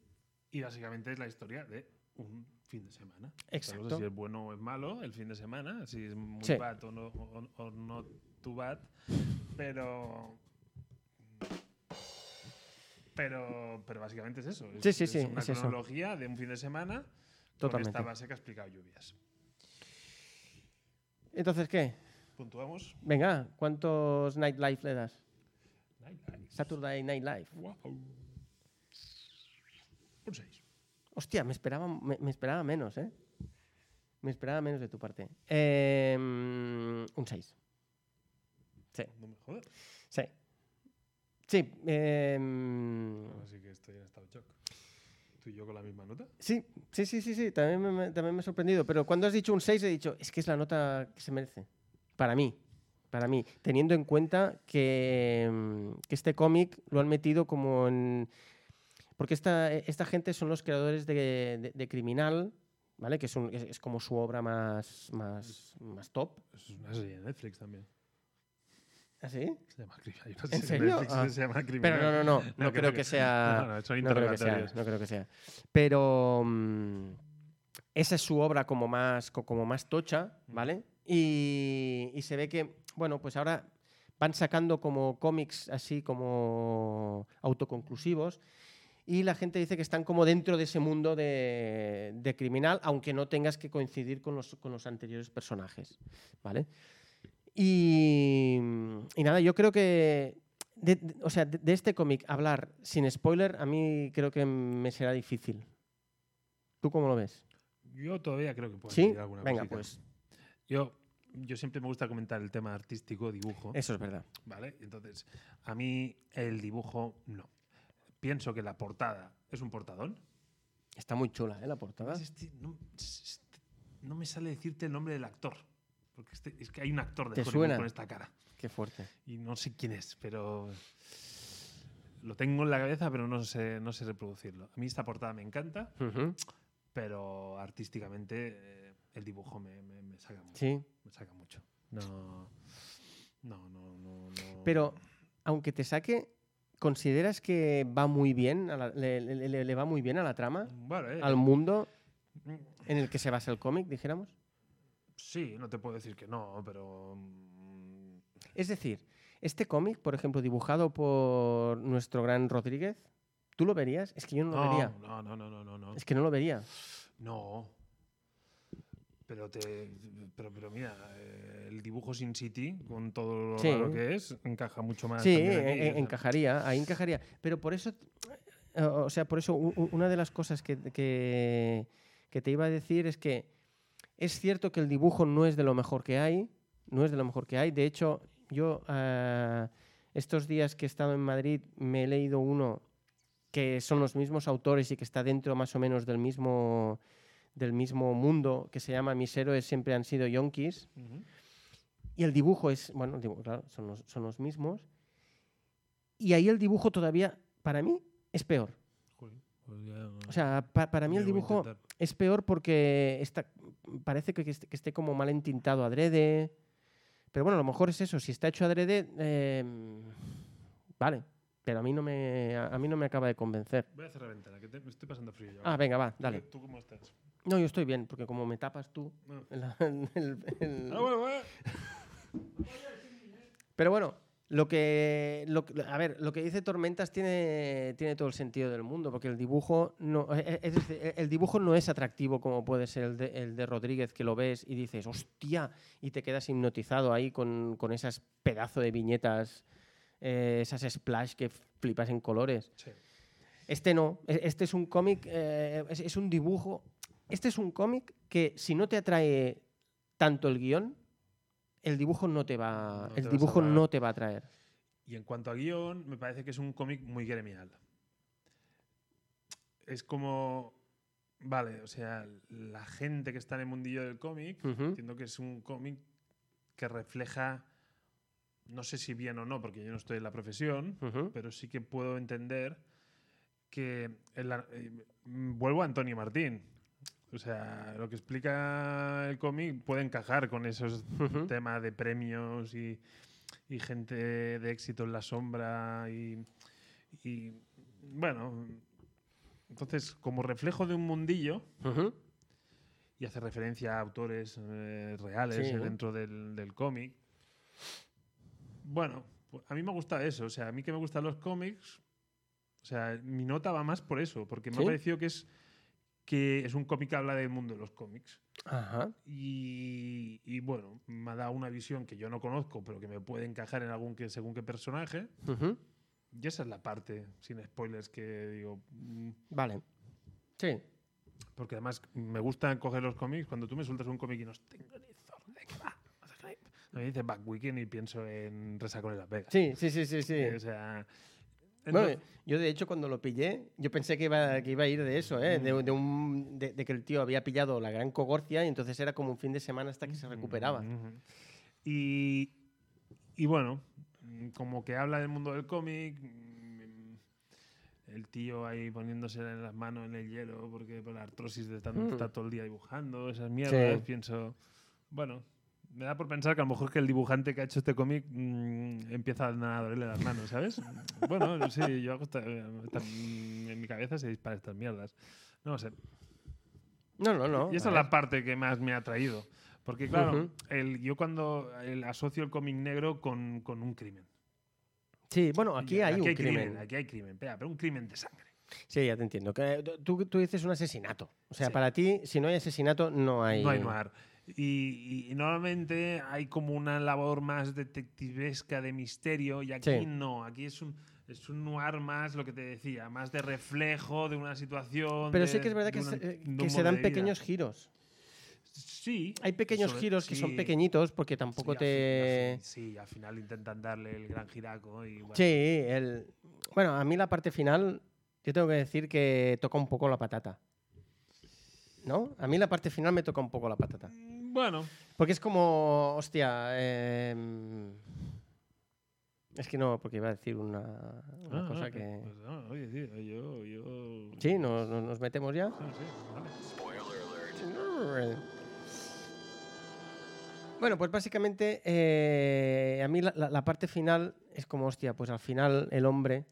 y básicamente es la historia de un fin de semana. Exacto. No sé si es bueno o es malo el fin de semana, si es muy Sí. bad o no, o- o no too bad. Pero. Pero, pero básicamente es eso. Es, Sí, sí, sí, es una es eso. cronología de un fin de semana con Totalmente. esta base que ha explicado lluvias. Entonces, ¿qué? Puntuamos. Venga, ¿cuántos Nightlife le das? Ay, ay, Saturday Night Live. guau. Un 6. Hostia, me esperaba, me, me esperaba menos, ¿eh? Me esperaba menos de tu parte. Eh, un 6. No me jodas. Sí. Sí. em, Así que estoy en estado de shock. ¿Tú y yo con la misma nota? sí, sí, sí, sí, sí. También me, me- también me ha sorprendido. Pero cuando has dicho un 6 he dicho, es que es la nota que se merece. Para mí. Para mí. Teniendo en cuenta que, em, que este cómic lo han metido como en... Porque esta, e, esta gente son los creadores de, de- de Criminal, ¿vale? Que es, un- es- es como su obra más, más, más top. Es una serie de Netflix también. ¿Así? Se llama Criminal. Hay una ¿En serie de serio? Netflix que Ah. se llama Criminal. Pero no, no, no. No creo que sea... No, no, son No creo que sea, interrogatorios. no creo que sea. Pero mm, esa es su obra como más, co- como más tocha, Mm. ¿vale? Y, y se ve que, bueno, pues ahora van sacando como cómics así como autoconclusivos y la gente dice que están como dentro de ese mundo de, de criminal, aunque no tengas que coincidir con los, con los anteriores personajes, ¿vale? Y, y nada, yo creo que de- de- o sea, de, de este cómic hablar sin spoiler a mí creo que me será difícil. ¿Tú cómo lo ves? Yo todavía creo que puedo ¿Sí? añadir alguna Venga, cosita. pues Yo, yo siempre me gusta comentar el tema artístico, dibujo. eso es verdad. ¿Vale? Entonces, a mí el dibujo no. Pienso que la portada es un portadón. Está muy chula, ¿eh? La portada. Además, este- no, este- no me sale decirte el nombre del actor. Porque este- es que hay un actor de ¿Te Hollywood suena? con esta cara. Qué fuerte. Y no sé quién es, pero lo tengo en la cabeza, pero no sé, no sé reproducirlo. A mí esta portada me encanta, Ujú. pero artísticamente eh, el dibujo me, me- me saca mucho. Sí. Me saca mucho. No. No, no, no. no. Pero aunque te saque, ¿consideras que va muy bien, a la- le, le- le- le va muy bien a la trama, Vale. al mundo eh, en el que se basa el cómic, dijéramos? Sí, no te puedo decir que no, pero. mm, Es decir, este cómic, por ejemplo, dibujado por nuestro gran Rodríguez, ¿tú lo verías? Es que yo no lo No, vería. no, no, no, no, no. No. Es que no lo vería. No. Pero, te, pero, pero mira, eh, el dibujo Sin City, con todo lo Sí. raro que es, encaja mucho más. Sí, también aquí, en- en- o sea. encajaría, ahí encajaría. Pero por eso, eh, o sea, por eso u- u- una de las cosas que, que- que te iba a decir es que es cierto que el dibujo no es de lo mejor que hay, no es de lo mejor que hay. De hecho, yo ah, estos días que he estado en Madrid me he leído uno que son los mismos autores y que está dentro más o menos del mismo del mismo mundo que se llama Mis héroes siempre han sido yonkis. Ujú. Y el dibujo es, bueno, el dibujo, claro, son los, son los mismos. Y ahí el dibujo todavía, para mí, es peor. Jolín, pues ya- O sea, pa- para mí ya el lo voy a dibujo intentar. es peor porque está, parece que, que est- que esté como mal entintado adrede. Pero bueno, a lo mejor es eso. Si está hecho adrede, eh, vale. Pero a mí, no me, a a mí no me acaba de convencer. Voy a cerrar la ventana, que te- me estoy pasando frío. yo Ah, ahora. venga, va, dale. ¿Tú cómo estás? No, yo estoy bien, porque como me tapas tú... Ah. la- el- el- Ah, bueno, bueno. Pero bueno, lo que, lo que- a ver, lo que dice Tormentas tiene, tiene todo el sentido del mundo, porque el dibujo no, eh, eh, es decir, eh, el dibujo no es atractivo como puede ser el de, el de Rodríguez, que lo ves y dices, hostia, y te quedas hipnotizado ahí con, con esas pedazo de viñetas, eh, esas splash que flipas en colores. Sí. Este no, e- este es un cómic, eh, es, es un dibujo, este es un cómic que si no te atrae tanto el guión, el dibujo no te No va, te el va a dibujo salvar. no te va a atraer. Y en cuanto a guión, me parece que es un cómic muy gremial. Es como. Vale, o sea, la gente que está en el mundillo del cómic, Ujú. entiendo que es un cómic que refleja. No sé si bien o no, porque yo no estoy en la profesión, Ujú. pero sí que puedo entender que. en la- eh, mm, vuelvo a Antonio Martín. O sea, lo que explica el cómic puede encajar con esos Ujú. tema de premios y, y gente de éxito en la sombra y, y, bueno entonces como reflejo de un mundillo Ujú. y hace referencia a autores eh, reales Sí. dentro del, del cómic bueno pu- a mí me gusta eso o sea a mí que me gustan los cómics o sea mi nota va más por eso porque me ¿Sí? ha parecido que es que es un cómic que habla del mundo de los cómics Ajá. y, y, bueno, me ha dado una visión que yo no conozco, pero que me puede encajar en algún que según qué personaje. Ujú. Y esa es la parte, sin spoilers, que digo. mm, Vale. Sí. Porque además me gusta coger los cómics. Cuando tú me sueltas un cómic y no tengo ni zorra de qué va. no sé qué, Me dice Back Weekend y pienso en Resacón en Las Vegas. Sí, sí, sí, sí, sí. O sea. Bueno, yo de hecho cuando lo pillé, yo pensé que iba, que iba a ir de eso, ¿eh? de, de un, de, de que el tío había pillado la gran cogorcia y entonces era como un fin de semana hasta que se recuperaba. Ujú. Y, y bueno, mm, como que habla del mundo del cómic, mm, el tío ahí poniéndose en las manos en el hielo porque por la artrosis de tanto Mm. está todo el día dibujando, esas mierdas, Sí. pienso, bueno, me da por pensar que a lo mejor que el dibujante que ha hecho este cómic mm, empieza a dolerle las manos, ¿sabes? bueno, sí, yo hago esta- esta- en mi cabeza se disparan estas mierdas. No sé. No, no, no. Y esa es a la ver. parte que más me ha traído. Porque, claro, Ujú. el, yo cuando el- asocio el cómic negro con, con un crimen. Sí, bueno, aquí Y hay un hay crimen. Aquí hay crimen, espera, pero un crimen de sangre. Sí, ya te entiendo. Que, eh, tú, tú dices un asesinato. O sea, Sí. para ti, si no hay asesinato, no hay... No hay noir. Y, y normalmente hay como una labor más detectivesca de misterio y aquí Sí. no, aquí es un, es un noir más, lo que te decía, más de reflejo de una situación. Pero de- sí que es de verdad que, una- se, eh, de un que se modo dan de vida. pequeños giros. Sí. Hay pequeños sobre- giros que son sí, pequeñitos porque sí, tampoco al fin- te... al fin- sí, al final intentan darle el gran giraco y bueno, Sí, el... bueno, a mí la parte final, yo tengo que decir que toca un poco la patata. ¿No? A mí la parte final me toca un poco la patata. Mm, Bueno, Porque es como, hostia, em, es que no, porque iba a decir una, una Ah, ah, cosa eh, que... pues, ah, oye, tío, yo, yo- Sí, nos, nos- nos metemos ya. Ah, sí, vale. Bueno, pues básicamente eh, a mí la, la- la parte final es como, hostia, pues al final el hombre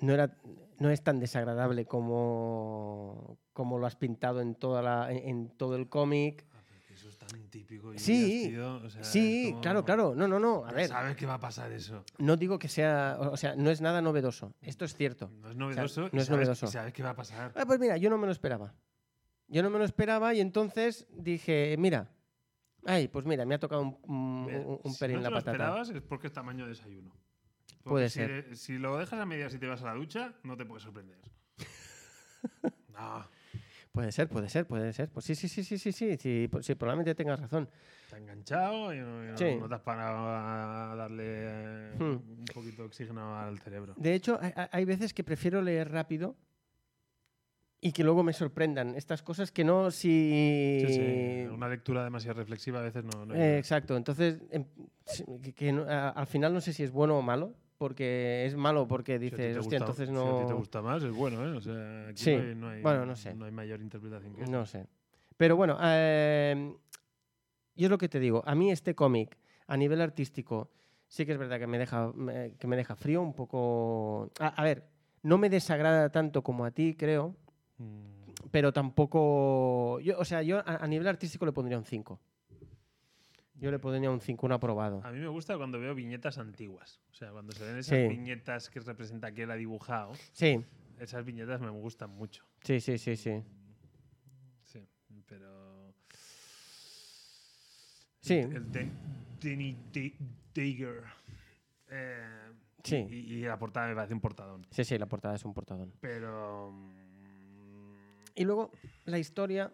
no, era, no es tan desagradable como, como lo has pintado en, toda la, en, en todo el cómic. Ah, pero que Eso es tan típico. y Sí, tío, o sea, es Sí, como- claro, claro, no, no, no, a ya ver, Sabes que va a pasar eso. no digo que sea, o o sea, no es nada novedoso, esto es cierto. No es novedoso. no y es sabes, novedoso. y Sabes que va a pasar. Ah, pues mira, yo no me lo esperaba. Yo no me lo esperaba y entonces dije, mira, ay, pues mira, me ha tocado un, un- Mira, un- un si pelín no te la lo patata. esperabas es porque es tamaño desayuno. Porque Puede si ser. le- si lo dejas a medias y te vas a la ducha, no te puede sorprender. no, Puede ser, puede ser, puede ser. Pues sí, sí, sí, sí, sí, sí, sí, pues sí, probablemente tengas razón. te ha enganchado y no, y no- Sí. no te has parado a darle eh, Hmm. un poquito de oxígeno al cerebro. De hecho, hay, hay- hay veces que prefiero leer rápido y que luego me sorprendan estas cosas que no si... Sí, sí, Una lectura demasiado reflexiva a veces no. no Eh, ayuda. exacto, entonces em, sí, que, que no- a- al final no sé si es bueno o malo, porque es malo porque Si a ti te dices, hostia, gusta- entonces Si a no... ti te gusta más, es bueno, ¿eh? O sea, aquí Sí. no, hay, no hay- Bueno, no sé. no hay mayor interpretación que eso. No sé. Pero bueno, eh, yo es lo que te digo. A mí este cómic, a nivel artístico, sí que es verdad que me deja, me- que me deja frío un poco... A, a ver, no me desagrada tanto como a ti, creo, Mm, pero tampoco... Yo, o sea, yo a, a nivel artístico le pondría un 5. Yo le pondría un 5, un aprobado. A mí me gusta cuando veo viñetas antiguas. O sea, cuando se ven esas Sí. viñetas que representa que él ha dibujado, Sí, esas viñetas me gustan mucho. sí, sí, sí, sí. Sí, pero. Sí. El, el de Danny Da- Dagger. Eh, Sí. Y, y la portada me parece un portadón. Sí, sí, la portada es un portadón. Pero. mm, Y luego, la historia.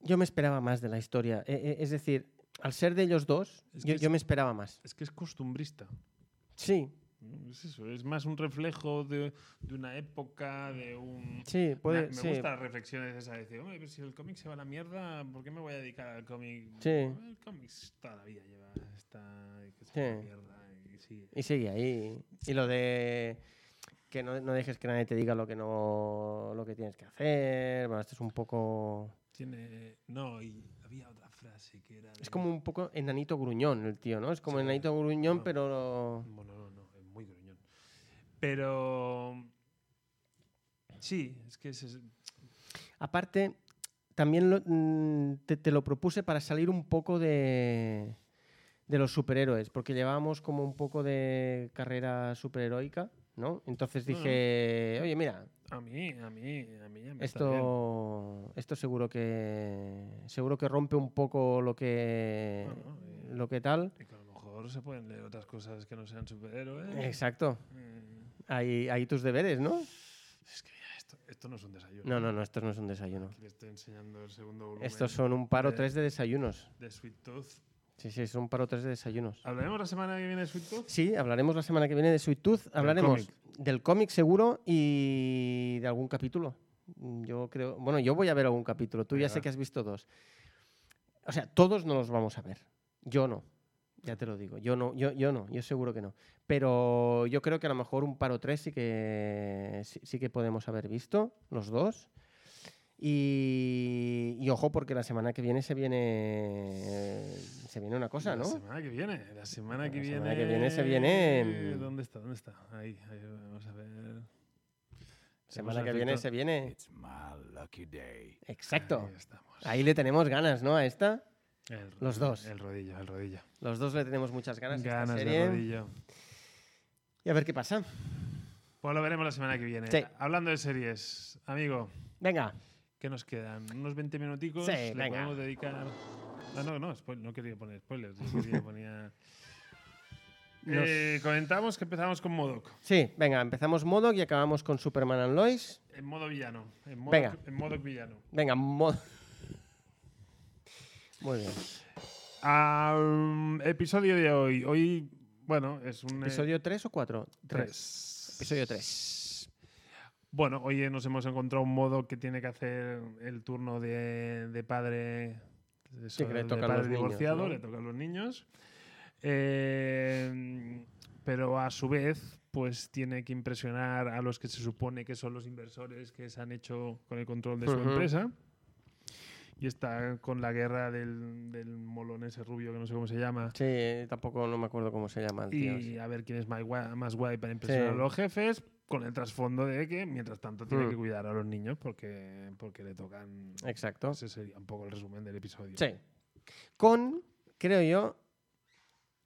Yo me esperaba más de la historia. E- e- es decir, al ser de ellos dos, Es yo, que es- yo me esperaba más. Es que es costumbrista. Sí, ¿no? Es eso, es más un reflejo de, de una época, de un. sí, puede. me me sí. gustan las reflexiones esas de decir, hombre, pero si el cómic se va a la mierda, ¿por qué me voy a dedicar al cómic? Sí. El cómic toda la vida lleva esta que se va a la Sí. mierda y sigue. Y sigue ahí. Y lo de que no, no dejes que nadie te diga lo que no lo que tienes que hacer. Bueno, esto es un poco. Tiene. No, y había otra frase que era. Es como un poco enanito gruñón el tío, ¿no? Es como Sí. enanito gruñón, No. pero. Bueno, no, no, es muy gruñón. Pero. Sí, es que ese es. Aparte, también lo- mm, te, te lo propuse para salir un poco de, de los superhéroes, porque llevábamos como un poco de carrera superheroica, ¿no? Entonces Bueno. dije, oye, mira, A mí, a mí, a mí ya me está bien. esto, esto seguro que seguro que rompe un poco lo que Bueno, eh. lo que tal. Y que a lo mejor se pueden leer otras cosas que no sean superhéroes. Exacto. Mm, Ahí, ahí tus deberes, ¿no? Es que ya esto, esto no es un desayuno. No, no, no, estos no son desayuno. Aquí le estoy enseñando el segundo volumen Estos son un paro Eh. tres de desayunos. de Sweet Tooth. Sí, sí, son un paro tres de desayunos. ¿Hablaremos la semana que viene de Sweet Tooth? Sí, hablaremos la semana que viene de Sweet Tooth, hablaremos del cómic seguro y de algún capítulo. Yo creo, bueno, yo voy a ver algún capítulo, tú ya Venga. sé que has visto dos. O sea, todos no los vamos a ver. Yo no. Ya te lo digo, yo no, yo, yo no, yo seguro que no. Pero yo creo que a lo mejor un par o tres sí que sí, sí que podemos haber visto, los dos. Y, y ojo, porque la semana que viene se viene se viene una cosa, La ¿no? semana que viene. La semana que La viene. semana que viene se viene- ¿Dónde está? ¿Dónde está? Ahí, ahí vamos a ver. Semana que viene se viene. It's my lucky day. Exacto. Ahí estamos. Ahí le tenemos ganas, ¿no? A esta. El los dos. El rodillo, el rodillo. Los dos le tenemos muchas ganas, a Ganas esta de serie. rodillo. Y a ver qué pasa. Pues lo veremos la semana que viene. Sí. Hablando de series, amigo, Venga, que ¿Qué nos quedan? Unos 20 minuticos. Sí, le venga. podemos dedicar. Ah, no, no, spoil- no quería poner spoilers. yo quería ponía- Nos- Eh, comentamos que empezamos con Modoc. Sí, venga, empezamos Modoc y acabamos con Superman and Lois. En modo villano. En modo, Venga. en modo villano. Venga, Modoc. Muy bien. Am, episodio de hoy. Hoy, bueno, es un. eh, ¿Episodio 3 o 4? Tres. Episodio 3. Bueno, hoy eh, nos hemos encontrado un modo que tiene que hacer el turno de, de padre. eso, que le de toca a padre los niños, divorciado, ¿no? le toca a los niños. Eh, pero a su vez, pues tiene que impresionar a los que se supone que son los inversores que se han hecho con el control de su Ujú. empresa. Y está con la guerra del, del molón ese rubio que no sé cómo se llama. Sí, tampoco no me acuerdo cómo se llama el tío. Y a ver quién es más guay, más guay para impresionar a los jefes, con el trasfondo de que mientras tanto tiene Mm. que cuidar a los niños porque, porque le tocan. Exacto. Ese sería un poco el resumen del episodio. Sí. Con, creo yo,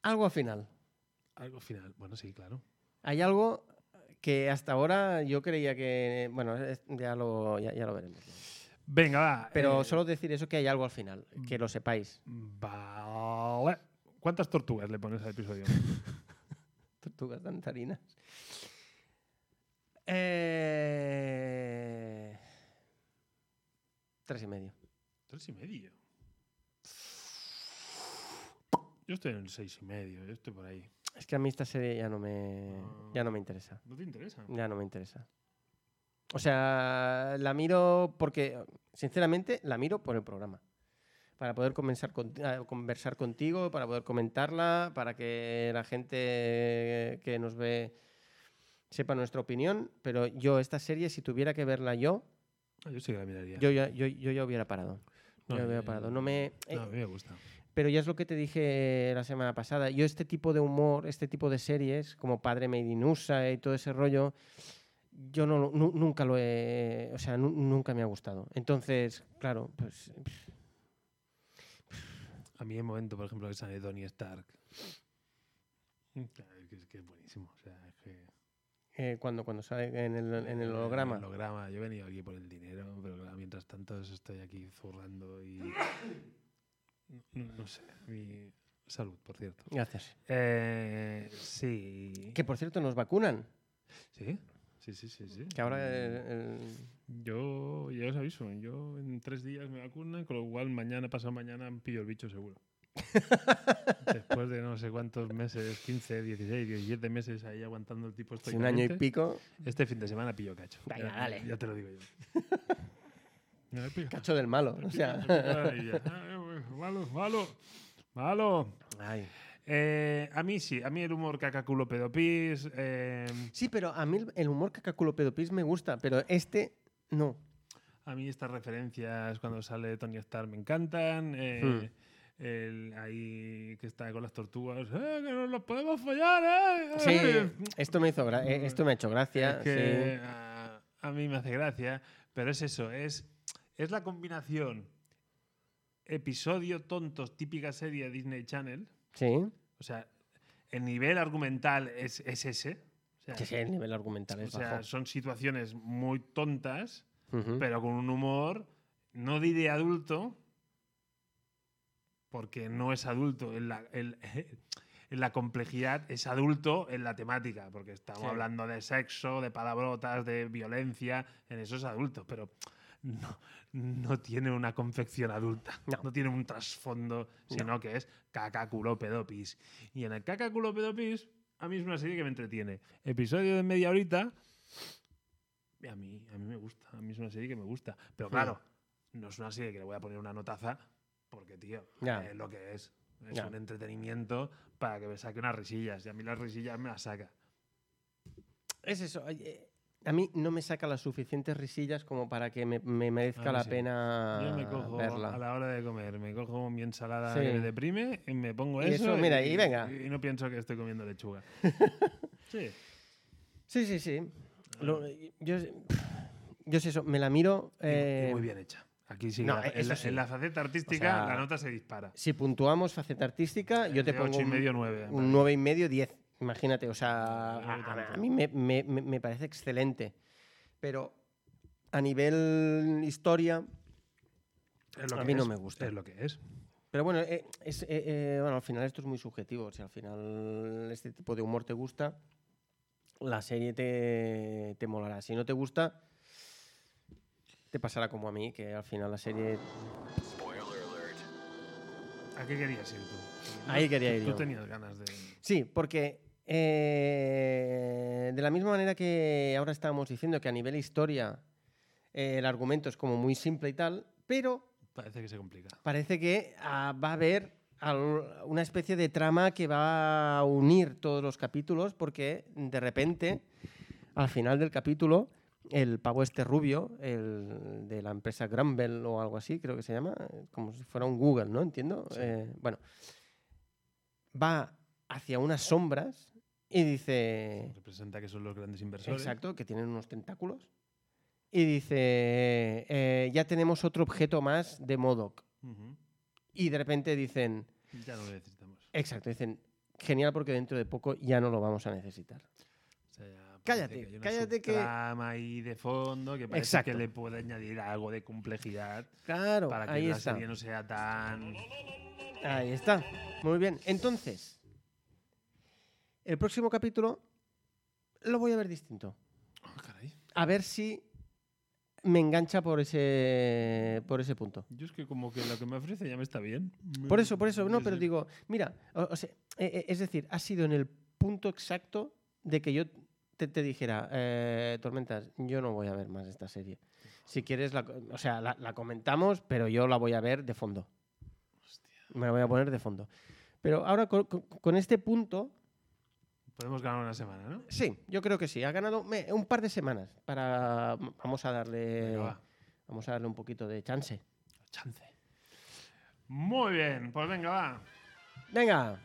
algo al final. Algo final. Bueno, sí, claro. Hay algo que hasta ahora yo creía que. Bueno, es- ya lo, ya, ya lo veremos. Venga, va. Pero eh, solo decir eso que hay algo al final, que lo sepáis. Vale. ¿Cuántas tortugas le pones al episodio? Tortugas dantarinas. Eh... Tres y medio. Tres y medio. Yo estoy en el seis y medio, yo estoy por ahí. Es que a mí esta serie ya no me, ya no me interesa. ¿No te interesa? Ya no me interesa. O sea, la miro porque, sinceramente, la miro por el programa. Para poder conversar, con- ah, conversar contigo, para poder comentarla, para que la gente que nos ve sepa nuestra opinión. Pero yo, esta serie, si tuviera que verla yo, Ah, Yo sí que la miraría. yo ya, yo, yo ya hubiera parado. No, yo ya hubiera eh, parado. No me, eh, No, a mí me gusta. pero ya es lo que te dije la semana pasada. Yo este tipo de humor, este tipo de series, como Padre Made in USA y todo ese rollo, yo no, lo- nu- nunca lo he... O sea, nu- nunca me ha gustado. Entonces, claro, pues... A mí el momento, por ejemplo, esa de Tony Stark. Claro, Es que es, que es buenísimo. O sea, es que- Eh, eh, cuando, cuando sale en el, en el El holograma. holograma. Yo he venido aquí por el dinero, pero claro, mientras tanto estoy aquí zurrando y... No, no sé. Mi salud, por cierto. Gracias. Eh, sí. Que, por cierto, nos vacunan. Sí, sí, sí, sí. sí. Que ahora... eh, Mm, el- el- Yo ya os aviso, yo en tres días me vacunan, con lo cual mañana, pasado mañana, pillo el bicho seguro. Después de no sé cuántos meses, 15, 16, 17 meses ahí aguantando el tipo si pues, un año y estoicamente, pico... Este fin de semana pillo cacho. Venga, ya, dale. Ya te lo digo yo. Me lo pillo. Cacho del malo. Me O pillo, sea... me pillo ahí ya. Ah, eh, Malo, malo, malo. Ay. Eh, a mí sí, a mí el humor cacaculo pedopis. eh, Sí, pero a mí el- el humor cacaculopedopis me gusta, pero este no. A mí estas referencias cuando sale Tony Stark me encantan. eh, Hmm. el- ahí que está con las tortugas. ¡Eh, que nos los podemos follar! eh! Sí, Eh, esto me hizo gra- eh, esto me ha hecho es gracia. que a, a mí me hace gracia. Pero es eso, es, es la combinación episodio tontos, típica serie Disney Channel. Sí, O sea, el nivel argumental es, es ese. O sea, sí. Sí, el nivel argumental o es sea, bajo. son situaciones muy tontas Ujú. pero con un humor, no diré adulto, porque no es adulto en la, en- en la complejidad, es adulto en la temática, porque estamos Sí. hablando de sexo, de palabrotas, de violencia, en eso es adulto, pero no, no tiene una confección adulta, No. no, tiene un trasfondo, sino que es cacaculo pedopis. Y en el cacaculo pedopis, a mí es una serie que me entretiene. Episodio de media horita, y A mí, a mí me gusta, a mí es una serie que me gusta. Pero Hmm. claro, no es una serie que le voy a poner una notaza, porque, tío, Ya. es lo que es. Es Ya. un entretenimiento para que me saque unas risillas. Y a mí las risillas me las saca. Es eso. oye, A mí no me saca las suficientes risillas como para que me, me A merezca mí la sí. pena Yo me cojo Ah, verla. a la hora de comer, me cojo mi ensalada Sí. que me deprime, y me pongo Y eso, eso. mira, y venga. Y no pienso que estoy comiendo lechuga. sí. Sí, sí, sí. Lo- eh, yo, yo es eso, me la miro. Ah. y- y eh, muy bien hecha. Aquí sí, no, la- en, eso la, sí. en la faceta artística sea, la nota se dispara. Si puntuamos faceta artística, yo te De pongo ocho y un- medio, nueve, Ah, para un mí. 9 y medio, 10. Imagínate, o sea, No, no a, a- tanto. a mí me, me- me- me parece excelente. Pero a nivel historia, Es lo A que mí no es, me gusta. Es lo que es. Pero bueno, eh, es, eh, eh, bueno, al final esto es muy subjetivo. Si al final este tipo de humor te gusta, la serie te, te molará. Si no te gusta, te pasará como a mí, que al final la serie... ¿A qué querías ir tú? Ahí quería Tú- ir Tú yo. tenías ganas de. Sí, porque eh, de la misma manera que ahora estábamos diciendo que a nivel historia eh, el argumento es como muy simple y tal, pero Parece que se complica. parece que ah, va a haber al- una especie de trama que va a unir todos los capítulos porque de repente al final del capítulo el pavo este rubio el de la empresa Grumble o algo así creo que se llama eh, como si fuera un Google no entiendo Sí. Eh, bueno va hacia unas sombras y dice Representa que son los grandes inversores. Eh. Exacto, que tienen unos tentáculos. Y dice, eh, ya tenemos otro objeto más de Modoc. Ujú. Y de repente dicen, Ya no lo necesitamos. exacto, dicen, genial porque dentro de poco ya no lo vamos a necesitar. O sea, ya parece Cállate, hay una cállate que- subtrama ahí de fondo que parece Exacto. que le puede añadir algo de complejidad Claro, para que ahí la está. serie no sea tan. Ahí está. Muy bien. Entonces, el próximo capítulo lo voy a ver distinto. Ah, caray. A ver si me engancha por ese, por ese punto. Yo es que como que lo que me ofrece ya me está bien. Por eso, por eso, no, Sí, pero sí. digo, mira, o- o sea, e- e- es decir, ha sido en el punto exacto de que yo te, te dijera, eh, Tormentas, yo no voy a ver más esta serie. Si quieres, la, co- o sea, la, la comentamos, pero yo la voy a ver de fondo. Hostia. Me la voy a poner de fondo. Pero ahora con, con- con este punto, Podemos ganar una semana, ¿no? sí, yo creo que sí. Ha ganado me- un par de semanas para... Vamos a darle... Venga, va. Vamos a darle un poquito de chance. Chance. Muy bien, pues venga, va. Venga,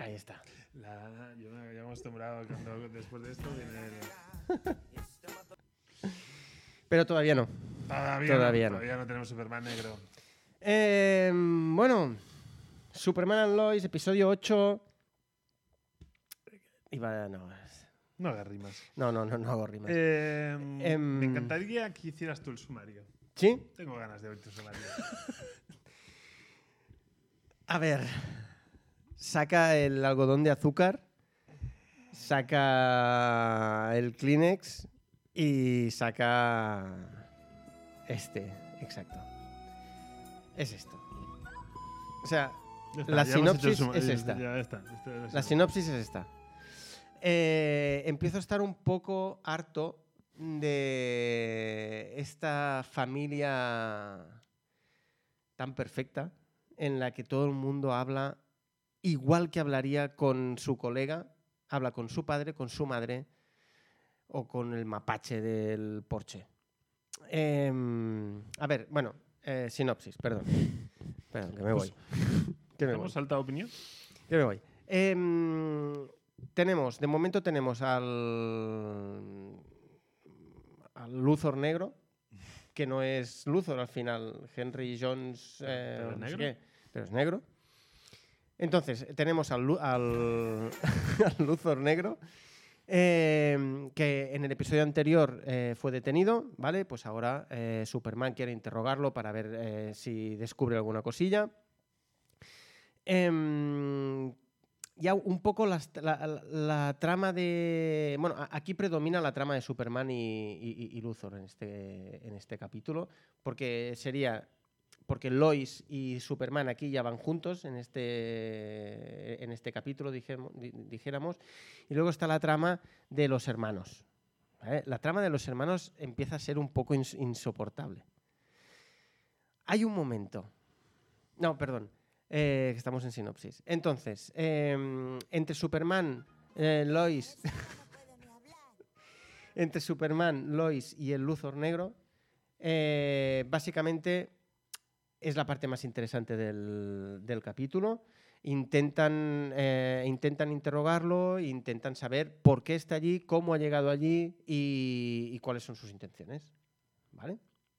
ahí está. La- yo me había acostumbrado cuando después de esto viene el- Pero todavía no. Todavía, no, Todavía no. todavía no tenemos Superman negro. Eh, bueno, Superman and Lois, episodio 8. Iba, no, es- No hagas rimas. no, no, no, no hago rimas. Em, Em. me encantaría que hicieras tú el sumario. ¿Sí? Tengo ganas de ver tu sumario. A ver, saca el algodón de azúcar, saca el Kleenex y saca este, exacto. Es esto. O sea, Ya La ya hemos hecho el sinopsis suma- es ya- esta. ya está, esta es La sinopsis es esta. Eh, empiezo a estar un poco harto de esta familia tan perfecta en la que todo el mundo habla igual que hablaría con su colega, habla con su padre, con su madre o con el mapache del Porsche. Em, a ver, bueno, eh, sinopsis, perdón. Perdón, que me voy. Que me voy. ¿Hemos saltado opinión? Yo me voy. Em, tenemos, de momento tenemos al, al Luthor negro, que no es Luthor al final, Henry Jones, Pero- eh, pero es no sé negro. qué, pero es negro. Entonces, tenemos al, Lu- al, al Luthor negro, em, que en el episodio anterior eh, fue detenido, ¿vale? Pues ahora eh, Superman quiere interrogarlo para ver eh, si descubre alguna cosilla. Em, ya un poco las- la, la- la trama de. Bueno, a- aquí predomina la trama de Superman y, y- y Luthor en este, en este capítulo, porque sería. Porque Lois y Superman aquí ya van juntos en este, en este capítulo, dijemo- di- dijéramos. Y luego está la trama de los hermanos. ¿vale? La trama de los hermanos empieza a ser un poco ins- insoportable. Hay un momento. No, perdón. Eh, que estamos en sinopsis. Entonces, em, entre Superman, eh, Lois. entre Superman, Lois y el Luthor Negro, eh, básicamente es la parte más interesante del, del capítulo. Intentan, eh, intentan interrogarlo, intentan saber por qué está allí, cómo ha llegado allí y, y cuáles son sus intenciones. ¿Vale?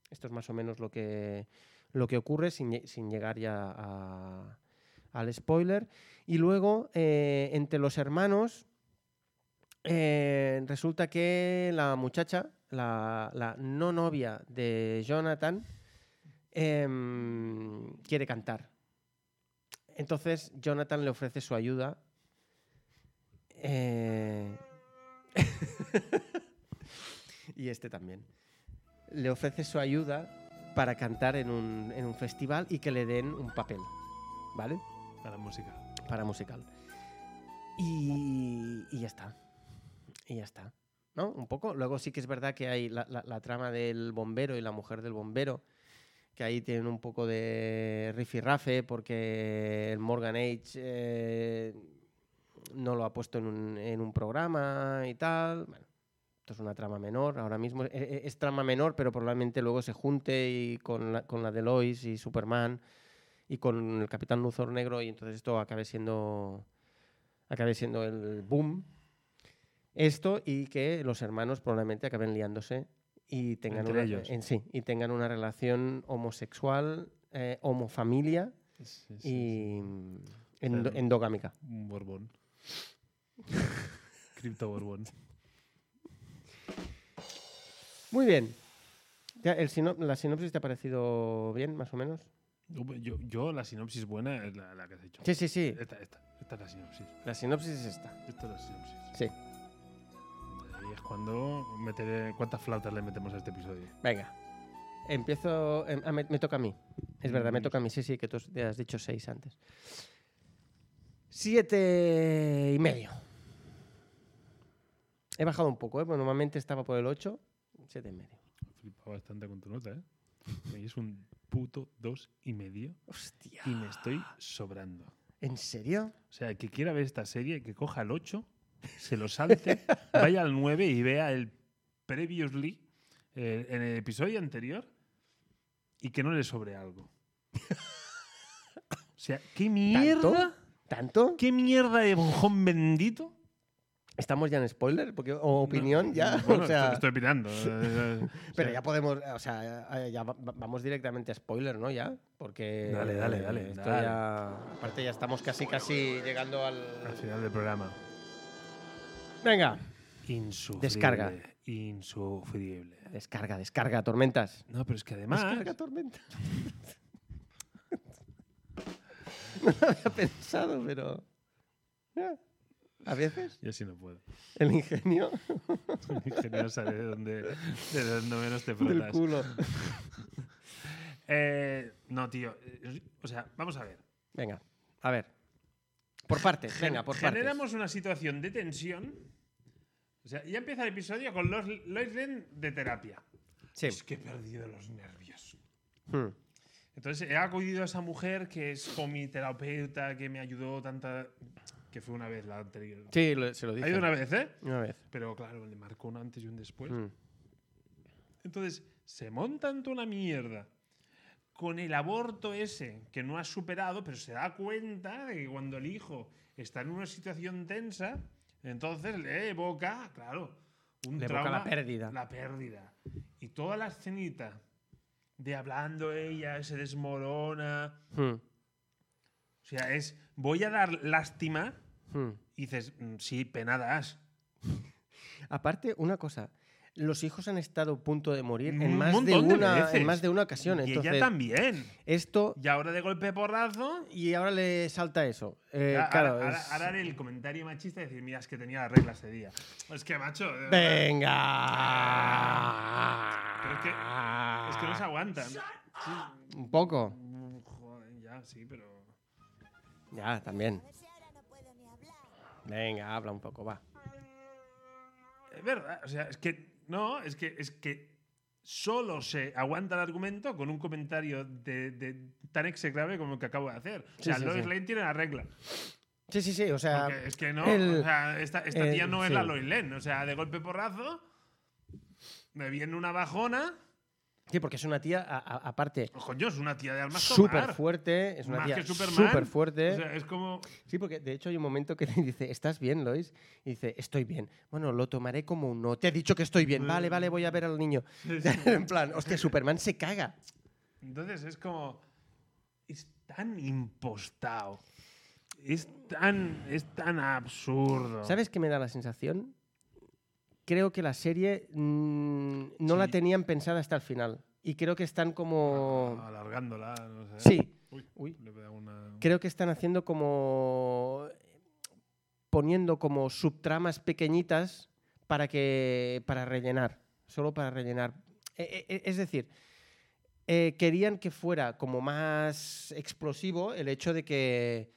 Esto es más o menos lo que, lo que ocurre sin, lle- sin llegar ya a- al spoiler. Y luego, eh, entre los hermanos, eh, resulta que la muchacha, la, la no novia de Jonathan, em, quiere cantar. Entonces Jonathan le ofrece su ayuda. eh, y este también. Le ofrece su ayuda para cantar en un, en un festival y que le den un papel. ¿Vale? Para música. para musical. Y, y ya está. Y ya está. ¿No? Un poco. Luego sí que es verdad que hay la, la- la trama del bombero y la mujer del bombero, que ahí tienen un poco de rifirrafe porque el Morgan Age eh, no lo ha puesto en un, en un programa y tal. Bueno, esto es una trama menor. Ahora mismo e- e- es, trama menor, pero probablemente luego se junte y con, la, con la de Lois y Superman y con el Capitán Luzor Negro y entonces esto acabe siendo acabe siendo el boom esto y que los hermanos probablemente acaben liándose y tengan Entre una, ellos. en sí y tengan una relación homosexual eh, homofamilia Sí, sí, y mm, endo- Claro. endogámica Un Borbón. Cripto Borbón. muy bien Ya, el sino- la sinopsis te ha parecido bien más o menos Yo- Yo, yo, la sinopsis buena es la, la que has hecho. sí sí sí Esta, esta, esta es la sinopsis. Eh, la sinopsis es esta Esta es la sinopsis. sí Y es cuando meteré. ¿Cuántas flautas le metemos a este episodio? Venga. Empiezo. em, ah, me, me toca a mí. Es verdad, me toca a mí. Sí, sí, que tú te has dicho seis antes. Siete y medio. He bajado un poco, ¿eh? Porque normalmente estaba por el 8. Siete y medio. Flipa bastante con tu nota, ¿eh? Y es un puto dos y medio Hostia. y me estoy sobrando. ¿En serio? O sea, el que quiera ver esta serie, que coja el 8, se lo salte, vaya al 9 y vea el previously, eh, en el episodio anterior, y que no le sobre algo. O sea, ¿qué mierda? ¿Tanto? ¿Qué mierda de mojón bendito? ¿Estamos ya en spoiler? Porque, ¿O opinión ya? Bueno, o sea, estoy, estoy opinando. eh, o pero sea, ya podemos. O sea, eh, ya va- va- vamos directamente a spoiler, ¿no? Ya. Porque. Dale, dale, dale, esto dale. ya- Aparte, ya estamos casi, casi llegando Al final del programa. Venga. Insufrible. Descarga. Insufrible. Descarga, descarga, tormentas. No, pero es que además. Descarga, tormentas. no lo había pensado, pero. ya. A veces Yo sí no puedo. el ingenio Ingeniero sabe de dónde, de dónde menos te del frotas. culo. Eh, no, tío. eh, O sea, vamos a ver. Venga, a ver. Por partes, venga, por Generamos una situación de tensión. O sea, ya empieza el episodio con los, Lois Lane de terapia. partes. Sí. Es que he perdido los nervios. Hmm. Entonces he acudido a esa mujer que es como mi terapeuta, que me ayudó tanta. que fue una vez la anterior. Sí, lo- se lo ha dije. ido una vez, ¿eh? Una vez. Pero claro, le marcó un antes y un después. Hmm. Entonces, se montan toda una mierda con el aborto ese que no ha superado, pero se da cuenta de que cuando el hijo está en una situación tensa, entonces le evoca, claro, un Le evoca trauma, la pérdida. La pérdida. Y toda la escenita de hablando ella, se desmorona. Hmm. O sea, es, voy a dar lástima. Hmm. Y dices, "Mm, sí, penadas. Aparte, una cosa. Los hijos han estado a punto de morir en Un más de montón de una, en veces. más de una ocasión. y Entonces, ella también. esto Y ahora de golpe porrazo, y ahora le salta eso. Eh, Ahora- claro, ahora, es- ahora haré el comentario machista y decir, mira, es que tenía las reglas ese día. Es que, macho. de verdad. Venga. Pero es que, es que no se aguantan. Un poco. Mm, Joder, ya, sí, pero. Ya, también. ver si ahora no puedo ni hablar. Venga, habla un poco, va. Es verdad. O sea, es que. No, es que. Es que solo se aguanta el argumento con un comentario de, de- tan execrable como el que acabo de hacer. O sea, Sí, sí, Lois sí. Lane tiene la regla. Sí, sí, sí, o sea, Porque es que no. el- o sea, esta, esta el- tía no es sí. la Lois Lane. O sea, de golpe porrazo. Me viene una bajona. pues, sí, porque es una tía, a- a- aparte, Coño, es una tía de almas súper tomar. fuerte, es una Más tía que Superman. súper fuerte. O sea, es como. sí, porque de hecho hay un momento que le dice, ¿estás bien, Lois? Y dice, estoy bien. Bueno, lo tomaré como un no. Te he dicho que estoy bien. Vale, vale, voy a ver al niño. en plan, hostia, Superman se caga. Entonces es como. Es tan impostado. Es tan. Es tan absurdo. ¿Sabes qué me da la sensación? creo que la serie mm, no la Sí. tenían pensada hasta el final. Y creo que están como... a- Ah, alargándola, no sé. Sí. Uy, Uy. le pega una- Creo que están haciendo como. poniendo como subtramas pequeñitas para que. para rellenar. Solo para rellenar. E- e- e- Es decir, eh, querían que fuera como más explosivo el hecho de que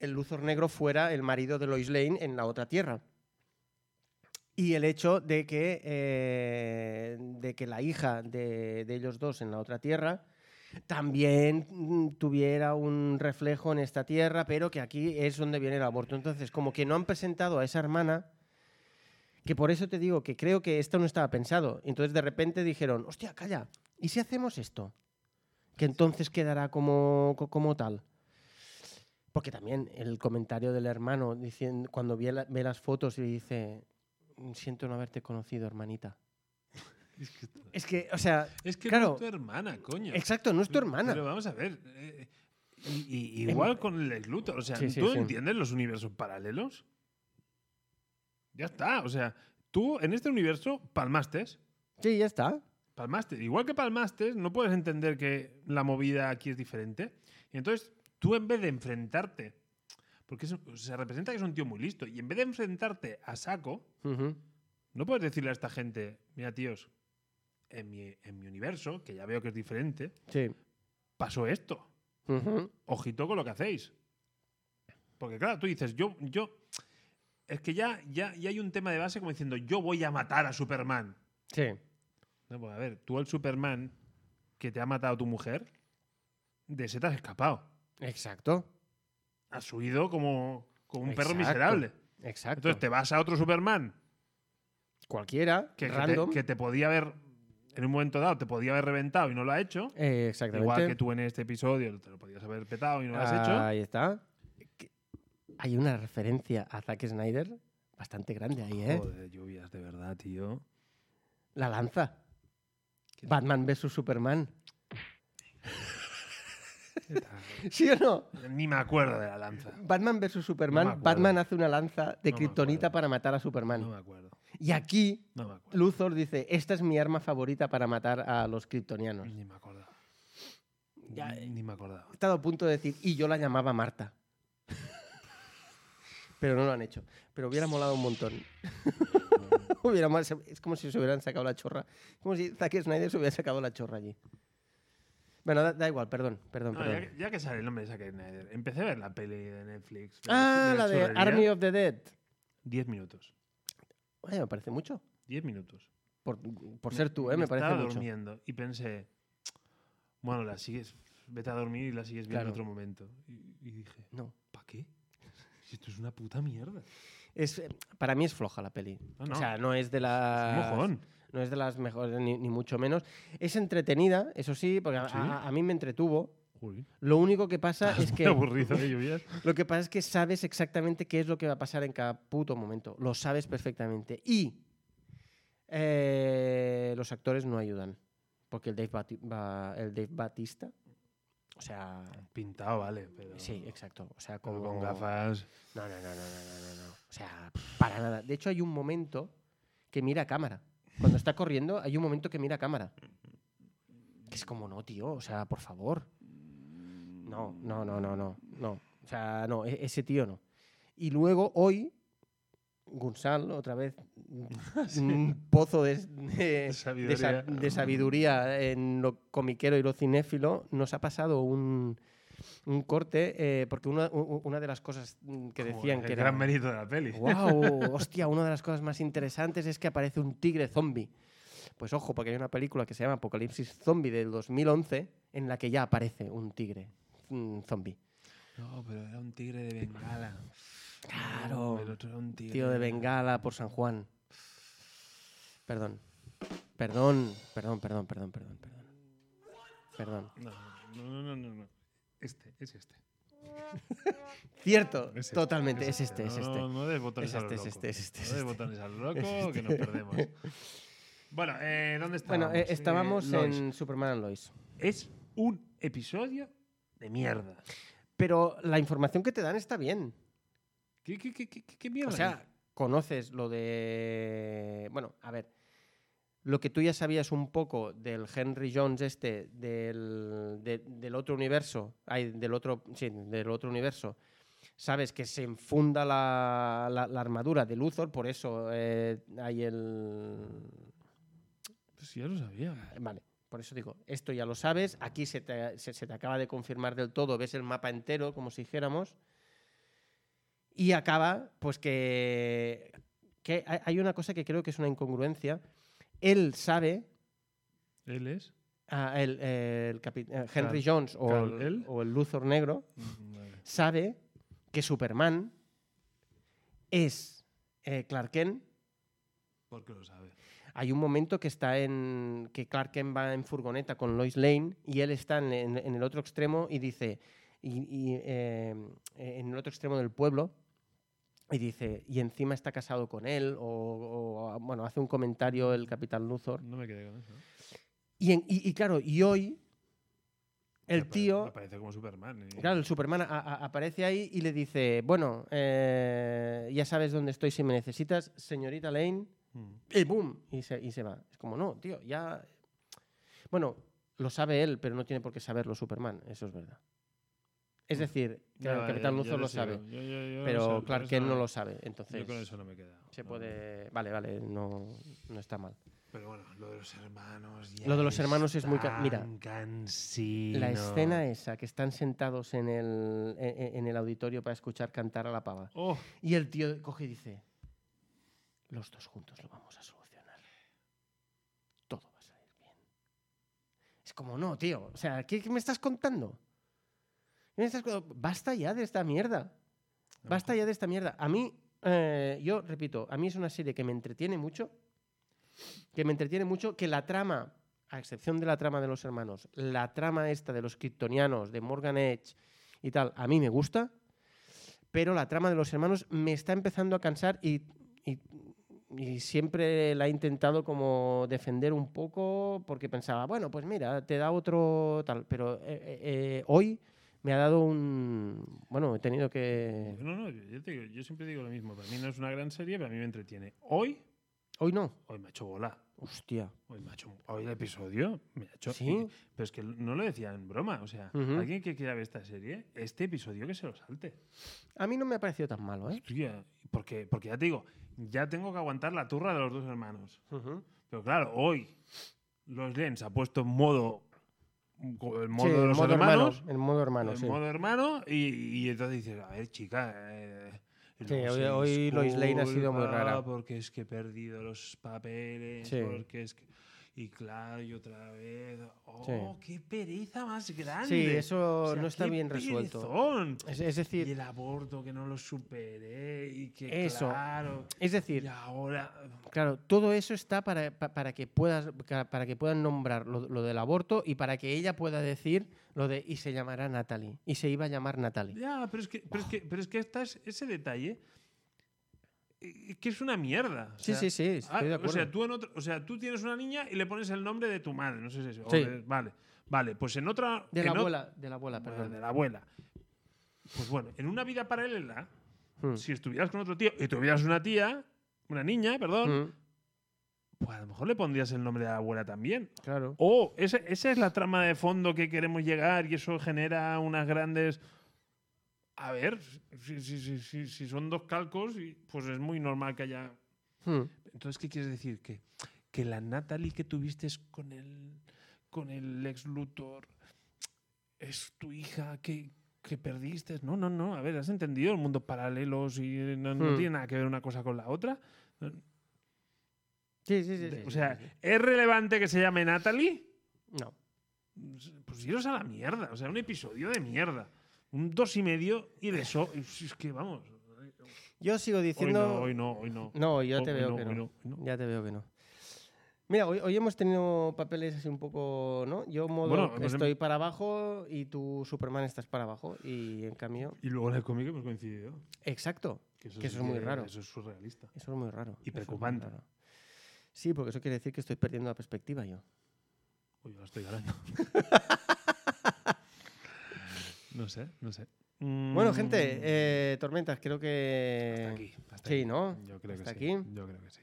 el Luzor Negro fuera el marido de Lois Lane en la otra tierra. Y el hecho de que, eh, de que la hija de, de ellos dos en la otra tierra también mm, tuviera un reflejo en esta tierra, pero que aquí es donde viene el aborto. Entonces, como que no han presentado a esa hermana, que por eso te digo que creo que esto no estaba pensado. Entonces, de repente dijeron, hostia, calla, ¿y si hacemos esto? Que entonces quedará como, co- como tal. Porque también el comentario del hermano, diciendo, cuando ve, la- ve las fotos y dice, siento no haberte conocido, hermanita. Es que, Es que, o sea, Mm, es que Claro. no es tu hermana, coño. exacto, no es tu Pero- hermana. Pero vamos a ver. eh, y- y- igual con el Lex Luthor. O sea, Sí, sí, ¿tú sí. entiendes los universos paralelos? Ya está. O sea, tú en este universo palmaste. Sí, ya está. Palmaste. Igual que palmaste, no puedes entender que la movida aquí es diferente. Y entonces, tú en vez de enfrentarte. Porque es- se representa que es un tío muy listo. Y en vez de enfrentarte a saco, Ujú. no puedes decirle a esta gente, mira, tíos, en mi, en mi universo, que ya veo que es diferente, Sí. pasó esto. Ujú. ojito con lo que hacéis. Porque claro, tú dices, yo, yo. Es que ya, ya, ya hay un tema de base como diciendo, yo voy a matar a Superman. Sí. No, pues a ver, tú al Superman que te ha matado tu mujer, de ese te has escapado. Exacto. Has huido como, como un perro Exacto, miserable. Exacto. Entonces te vas a otro Superman Cualquiera, que, que te, random. que te podía haber, en un momento dado, te podía haber reventado y no lo ha hecho. Eh, exactamente. Igual que tú en este episodio te lo podías haber petado y no lo has hecho. Ah, Ahí está. Que- Hay una referencia a Zack Snyder bastante grande ahí, ¿eh? Joder, lluvias, de verdad, tío. La lanza. Batman vs Superman. ¿Sí o no? Ni me acuerdo de la lanza. Batman vs Superman. No me acuerdo. Batman hace una lanza de No me kriptonita acuerdo. para matar a Superman. No me acuerdo. Y aquí No me acuerdo. Luthor dice, esta es mi arma favorita para matar a los kriptonianos. Ni me acordaba. Ya, eh. Ni me acordaba. He estado a punto de decir, y yo la llamaba Marta. Pero no lo han hecho. Pero hubiera molado un montón. hubiera mal- es como si se hubieran sacado la chorra. Como si Zack Snyder se hubiera sacado la chorra allí. Bueno, da, da igual, perdón, perdón, No, ya, perdón. que- ya que sale el nombre de Zack Snyder, empecé a ver la peli de Netflix. Ah, la de Army of the Dead. 10 minutos. Oye, me parece mucho. 10 minutos. Por, por ser tú, ¿eh? Me parece estaba mucho. durmiendo y pensé, bueno, la sigues, vete a dormir y la sigues viendo en Claro. otro momento. Y, y dije, No. ¿para qué? Si esto es una puta mierda. Es, eh, para mí es floja la peli. No, no. O sea, no es de las... Un mojón. No es de las mejores, ni, ni mucho menos. Es entretenida, eso sí, porque a- Sí. a- a mí me entretuvo. Joder, Lo único que pasa es que Qué aburrido de lluvias. lo que pasa es que sabes exactamente qué es lo que va a pasar en cada puto momento. Lo sabes perfectamente. Y eh, los actores no ayudan. Porque el Dave, Bati- Ba- el Dave Batista. O sea. Pintado, vale. Pero, Sí, exacto. O sea, pero como. con gafas. No, no, no, no, no, no, no, no. O sea, para nada. De hecho, hay un momento que mira a cámara. Cuando está corriendo, hay un momento que mira a cámara. Que es como, no, tío, o sea, por favor. No, no, no, no, no. no. O sea, no, e- ese tío no. Y luego, hoy, Gunsal, otra vez, un pozo de, de- de sa- de sabiduría. Ah. sabiduría. en lo comiquero y lo cinéfilo, nos ha pasado un, un corte, eh, porque una, u- una de las cosas mm, que Como decían el que gran era... mérito de la peli. ¡Wow! Hostia, una de las cosas más interesantes es que aparece un tigre zombie. Pues ojo, porque hay una película que se llama Apocalipsis Zombie del 2011 en la que ya aparece un tigre mm, zombie. No, pero era un tigre de Bengala. Claro. El otro era un tigre. Tío de Bengala por San Juan. Perdón. Perdón, perdón, perdón, perdón, perdón, perdón. Perdón. No, no, no, no, no, no. Este, es este. Cierto, Es Oh, este, totalmente. Es este, No, es No, este. no des botones Es a este, lo es loco. este, es este, No es des este. botones a lo loco, que nos perdemos. Bueno, eh, ¿dónde estábamos? Bueno, eh, Eh, estábamos Lois. en Superman and Lois. Es un episodio de mierda. Pero la información que te dan está bien. ¿Qué, qué, qué, qué, qué mierda? O sea, conoces lo de. Bueno, a ver. Lo que tú ya sabías un poco del Henry Jones este, del, de- del otro universo, ay, del otro, sí, del otro universo, sabes que se enfunda la, la- la armadura de Luthor, por eso eh, hay el, Pues ya lo sabía. Vale, por eso digo, esto ya lo sabes, aquí se te, se- se te acaba de confirmar del todo, ves el mapa entero, como si dijéramos, y acaba, pues que, que hay- hay una cosa que creo que es una incongruencia. Él sabe, Él es. ah, el, el capi- eh, Henry Cal- Jones o el- Kal-El. o el Luthor Negro, Mm, vale. sabe que Superman es eh, Clark Kent, Porque lo sabe. Hay un momento que está en. que Clark Kent va en furgoneta con Lois Lane y él está en, en- en el otro extremo y dice. y- y, eh, en el otro extremo del pueblo. Y dice. Y encima está casado con él. O, o, bueno, hace un comentario el Capitán Luthor. No me quedé con eso. Y, en- y- y claro, y hoy. El Apare- tío. Aparece como Superman. ¿eh? y- Claro, el Superman a- a- aparece ahí y le dice: Bueno, eh, ya sabes dónde estoy si me necesitas, señorita Lane Mm. y boom, y se, y se va. Es como, no, tío, ya... Bueno, lo sabe él, pero no tiene por qué saberlo Superman, eso es verdad. Es decir, que Ya, el ya, Capitán ya Luthor lo sigo. sabe, Yo- yo- yo no sé, pero con Clark eso Kent no no- lo sabe, entonces Yo con eso no me he quedado. se No. puede... Vale, vale, no, no está mal. Pero bueno, lo de los hermanos. Lo de los hermanos es muy ca- mira, cansino. La escena esa, que están sentados en el, e, en, en el auditorio para escuchar cantar a la pava. Oh, Y el tío coge y dice, los dos juntos lo vamos a solucionar. Todo va a salir bien. Es como, no, tío. O sea, ¿qué, qué me estás contando? ¿Qué me estás co- Basta ya de esta mierda. Basta ya de esta mierda. A mí, eh, yo repito, a mí es una serie que me entretiene mucho. Que me entretiene mucho, que la trama, a excepción de la trama de los hermanos, la trama esta de los kryptonianos, de Morgan Edge y tal, a mí me gusta. Pero la trama de los hermanos me está empezando a cansar y, y- y siempre la he intentado como defender un poco porque pensaba, bueno, pues mira, te da otro tal. Pero eh, eh, eh, hoy me ha dado un... Bueno, he tenido que... No, no, yo, yo te digo- yo siempre digo lo mismo. Para mí no es una gran serie, pero a mí me entretiene. Hoy, Hoy no. hoy me ha hecho volar. Hostia. Hoy, me ha hecho- hoy el episodio me ha hecho. ¿Sí? y- pero es que no lo decía en broma. O sea, Ujú. alguien que quiera ver esta serie, este episodio que se lo salte. ¿Eh? A mí no me ha parecido tan malo, ¿eh? Hostia, porque, porque ya te digo, ya tengo que aguantar la turra de los dos hermanos. Pero claro, hoy los Lens ha puesto en modo. El modo Sí, de los modo hermano, hermanos. en modo hermano, en sí. modo hermano y, y entonces dices, a ver, chica. eh, Sí, luego hoy- se hoy Lois Lane ha sido muy disculpa rara. Porque es que he perdido los papeles, Sí. porque es que... Y claro, y otra vez... ¡Oh, Sí. qué pereza más grande! Sí, eso O sea, no está qué bien resuelto. perezón. Es, es Y decir, el aborto que no lo superé y que Eso. claro... es Y decir, ahora... claro, todo eso está para, pa- para que puedas ca- para que puedan nombrar lo, lo del aborto y para que ella pueda decir lo de y se llamará Natalie y se iba a llamar Natalie. Ya, pero es que, pero es que, pero es que hasta es- ese detalle eh, que es una mierda. o Sí, sea, ah, sí, sí, estoy de O acuerdo. sea, tú en otro- o sea, tú tienes una niña y le pones el nombre de tu madre, no sé si es- o Sí. de- vale, vale, pues en otra De en la ot- abuela, de la abuela, bueno, perdón. de la abuela. Pues bueno, en una vida paralela, Mm, si estuvieras con otro tío y tuvieras una tía, una niña, perdón, mm, pues a lo mejor le pondrías el nombre de la abuela también. Claro. Oh, esa, esa es la trama de fondo que queremos llegar y eso genera unas grandes. A ver, si, si- si- si- si son dos calcos, y- pues es muy normal que haya. Mm, Entonces, ¿qué quieres decir? Que, que la Natalie que tuviste con el, con el ex Luthor es tu hija que, que perdiste. No, no, no. A ver, has entendido el mundo paralelos y no, no Hmm. tiene nada que ver una cosa con la otra. Sí, sí, sí, sí, o sí, sea, sí, sí. ¿es relevante que se llame Natalie? no. Pues iros a la mierda. O sea, un episodio de mierda. Un dos y medio y de eso. Es que vamos. Yo sigo diciendo Hoy no, hoy no, hoy no. No, yo Oh, te hoy veo no, que hoy no. no, hoy no. Ya te veo que no. Mira, hoy, hoy hemos tenido papeles así un poco, ¿no? Yo modo Bueno, hemos em- estoy para abajo y tú Superman estás para abajo y en cambio... Y luego en el cómic hemos coincidido. Exacto. Que Que sí eso es muy que- raro. Eso es surrealista. Eso es muy raro. eso es muy preocupante. raro. Sí, porque eso quiere decir que estoy perdiendo la perspectiva yo. Uy, yo la estoy ganando. no sé, no sé. Bueno, Mm, gente, eh, Tormentas, creo que... hasta aquí, hasta sí, aquí. ¿no? Yo creo que Hasta sí. aquí. Yo creo que sí.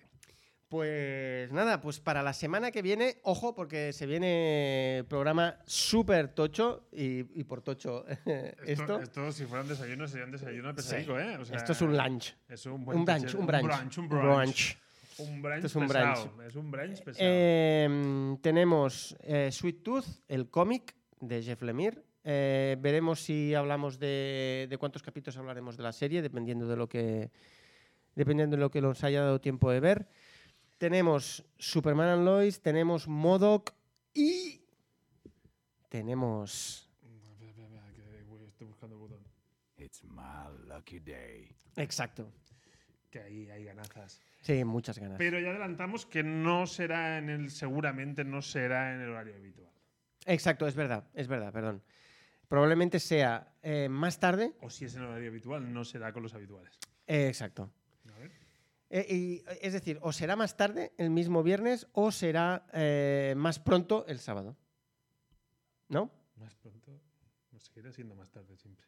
Pues nada, pues para la semana que viene, ojo, porque se viene programa súper tocho y, y por tocho esto. Esto, si fueran desayunos, serían desayuno pesadico, ¿eh? O sea, esto es un lunch. es un buen Un brunch, cliché, un brunch. Un brunch. brunch. Un brunch. Esto Este es un pesado, Es un brunch pesado. Eh, tenemos eh, Sweet Tooth, el cómic de Jeff Lemire. Eh, veremos si hablamos de, de cuántos capítulos hablaremos de la serie, dependiendo de lo que dependiendo de lo que nos haya dado tiempo de ver. Tenemos Superman and Lois, tenemos Modoc y tenemos Espera, espera, espera, que voy- estoy buscando el botón. It's my lucky day. exacto. Que ahí hay ganazas. Sí, muchas ganas. Pero ya adelantamos que no será en el. Seguramente no será en el horario habitual. Exacto, es verdad, es verdad, perdón. Probablemente sea eh, más tarde. O si es en el horario habitual, no será con los habituales. eh, exacto. A ver. Eh, y, eh, es decir, o será más tarde, el mismo viernes, o será eh, más pronto el sábado. ¿No? Más pronto. No seguirá siendo más tarde siempre.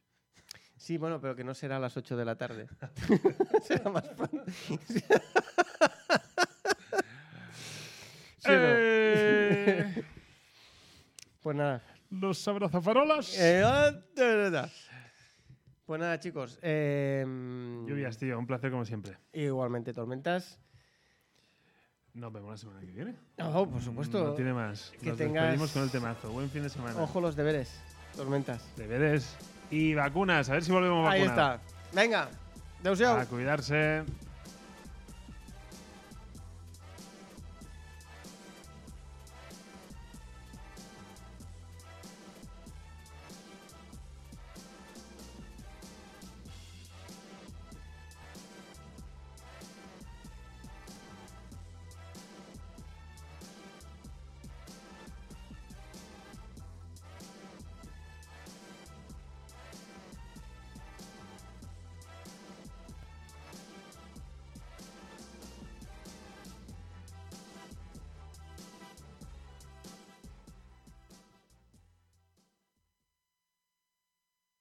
Sí, bueno, pero que no será a las 8 de la tarde. será más pronto. ¿Sí o no? Eh, Pues nada. los abrazafarolas. Eh, ah, de verdad. Pues nada, chicos. em, Lluvias, tío. Un placer como siempre. Igualmente, tormentas. Nos vemos la semana que viene. Oh, por supuesto. No tiene más. Que Nos tengas- despedimos con el temazo. Buen fin de semana. Ojo los deberes, tormentas. Deberes y vacunas. A ver si volvemos Ahí vacunados. está. Venga, Deus eu. A cuidarse.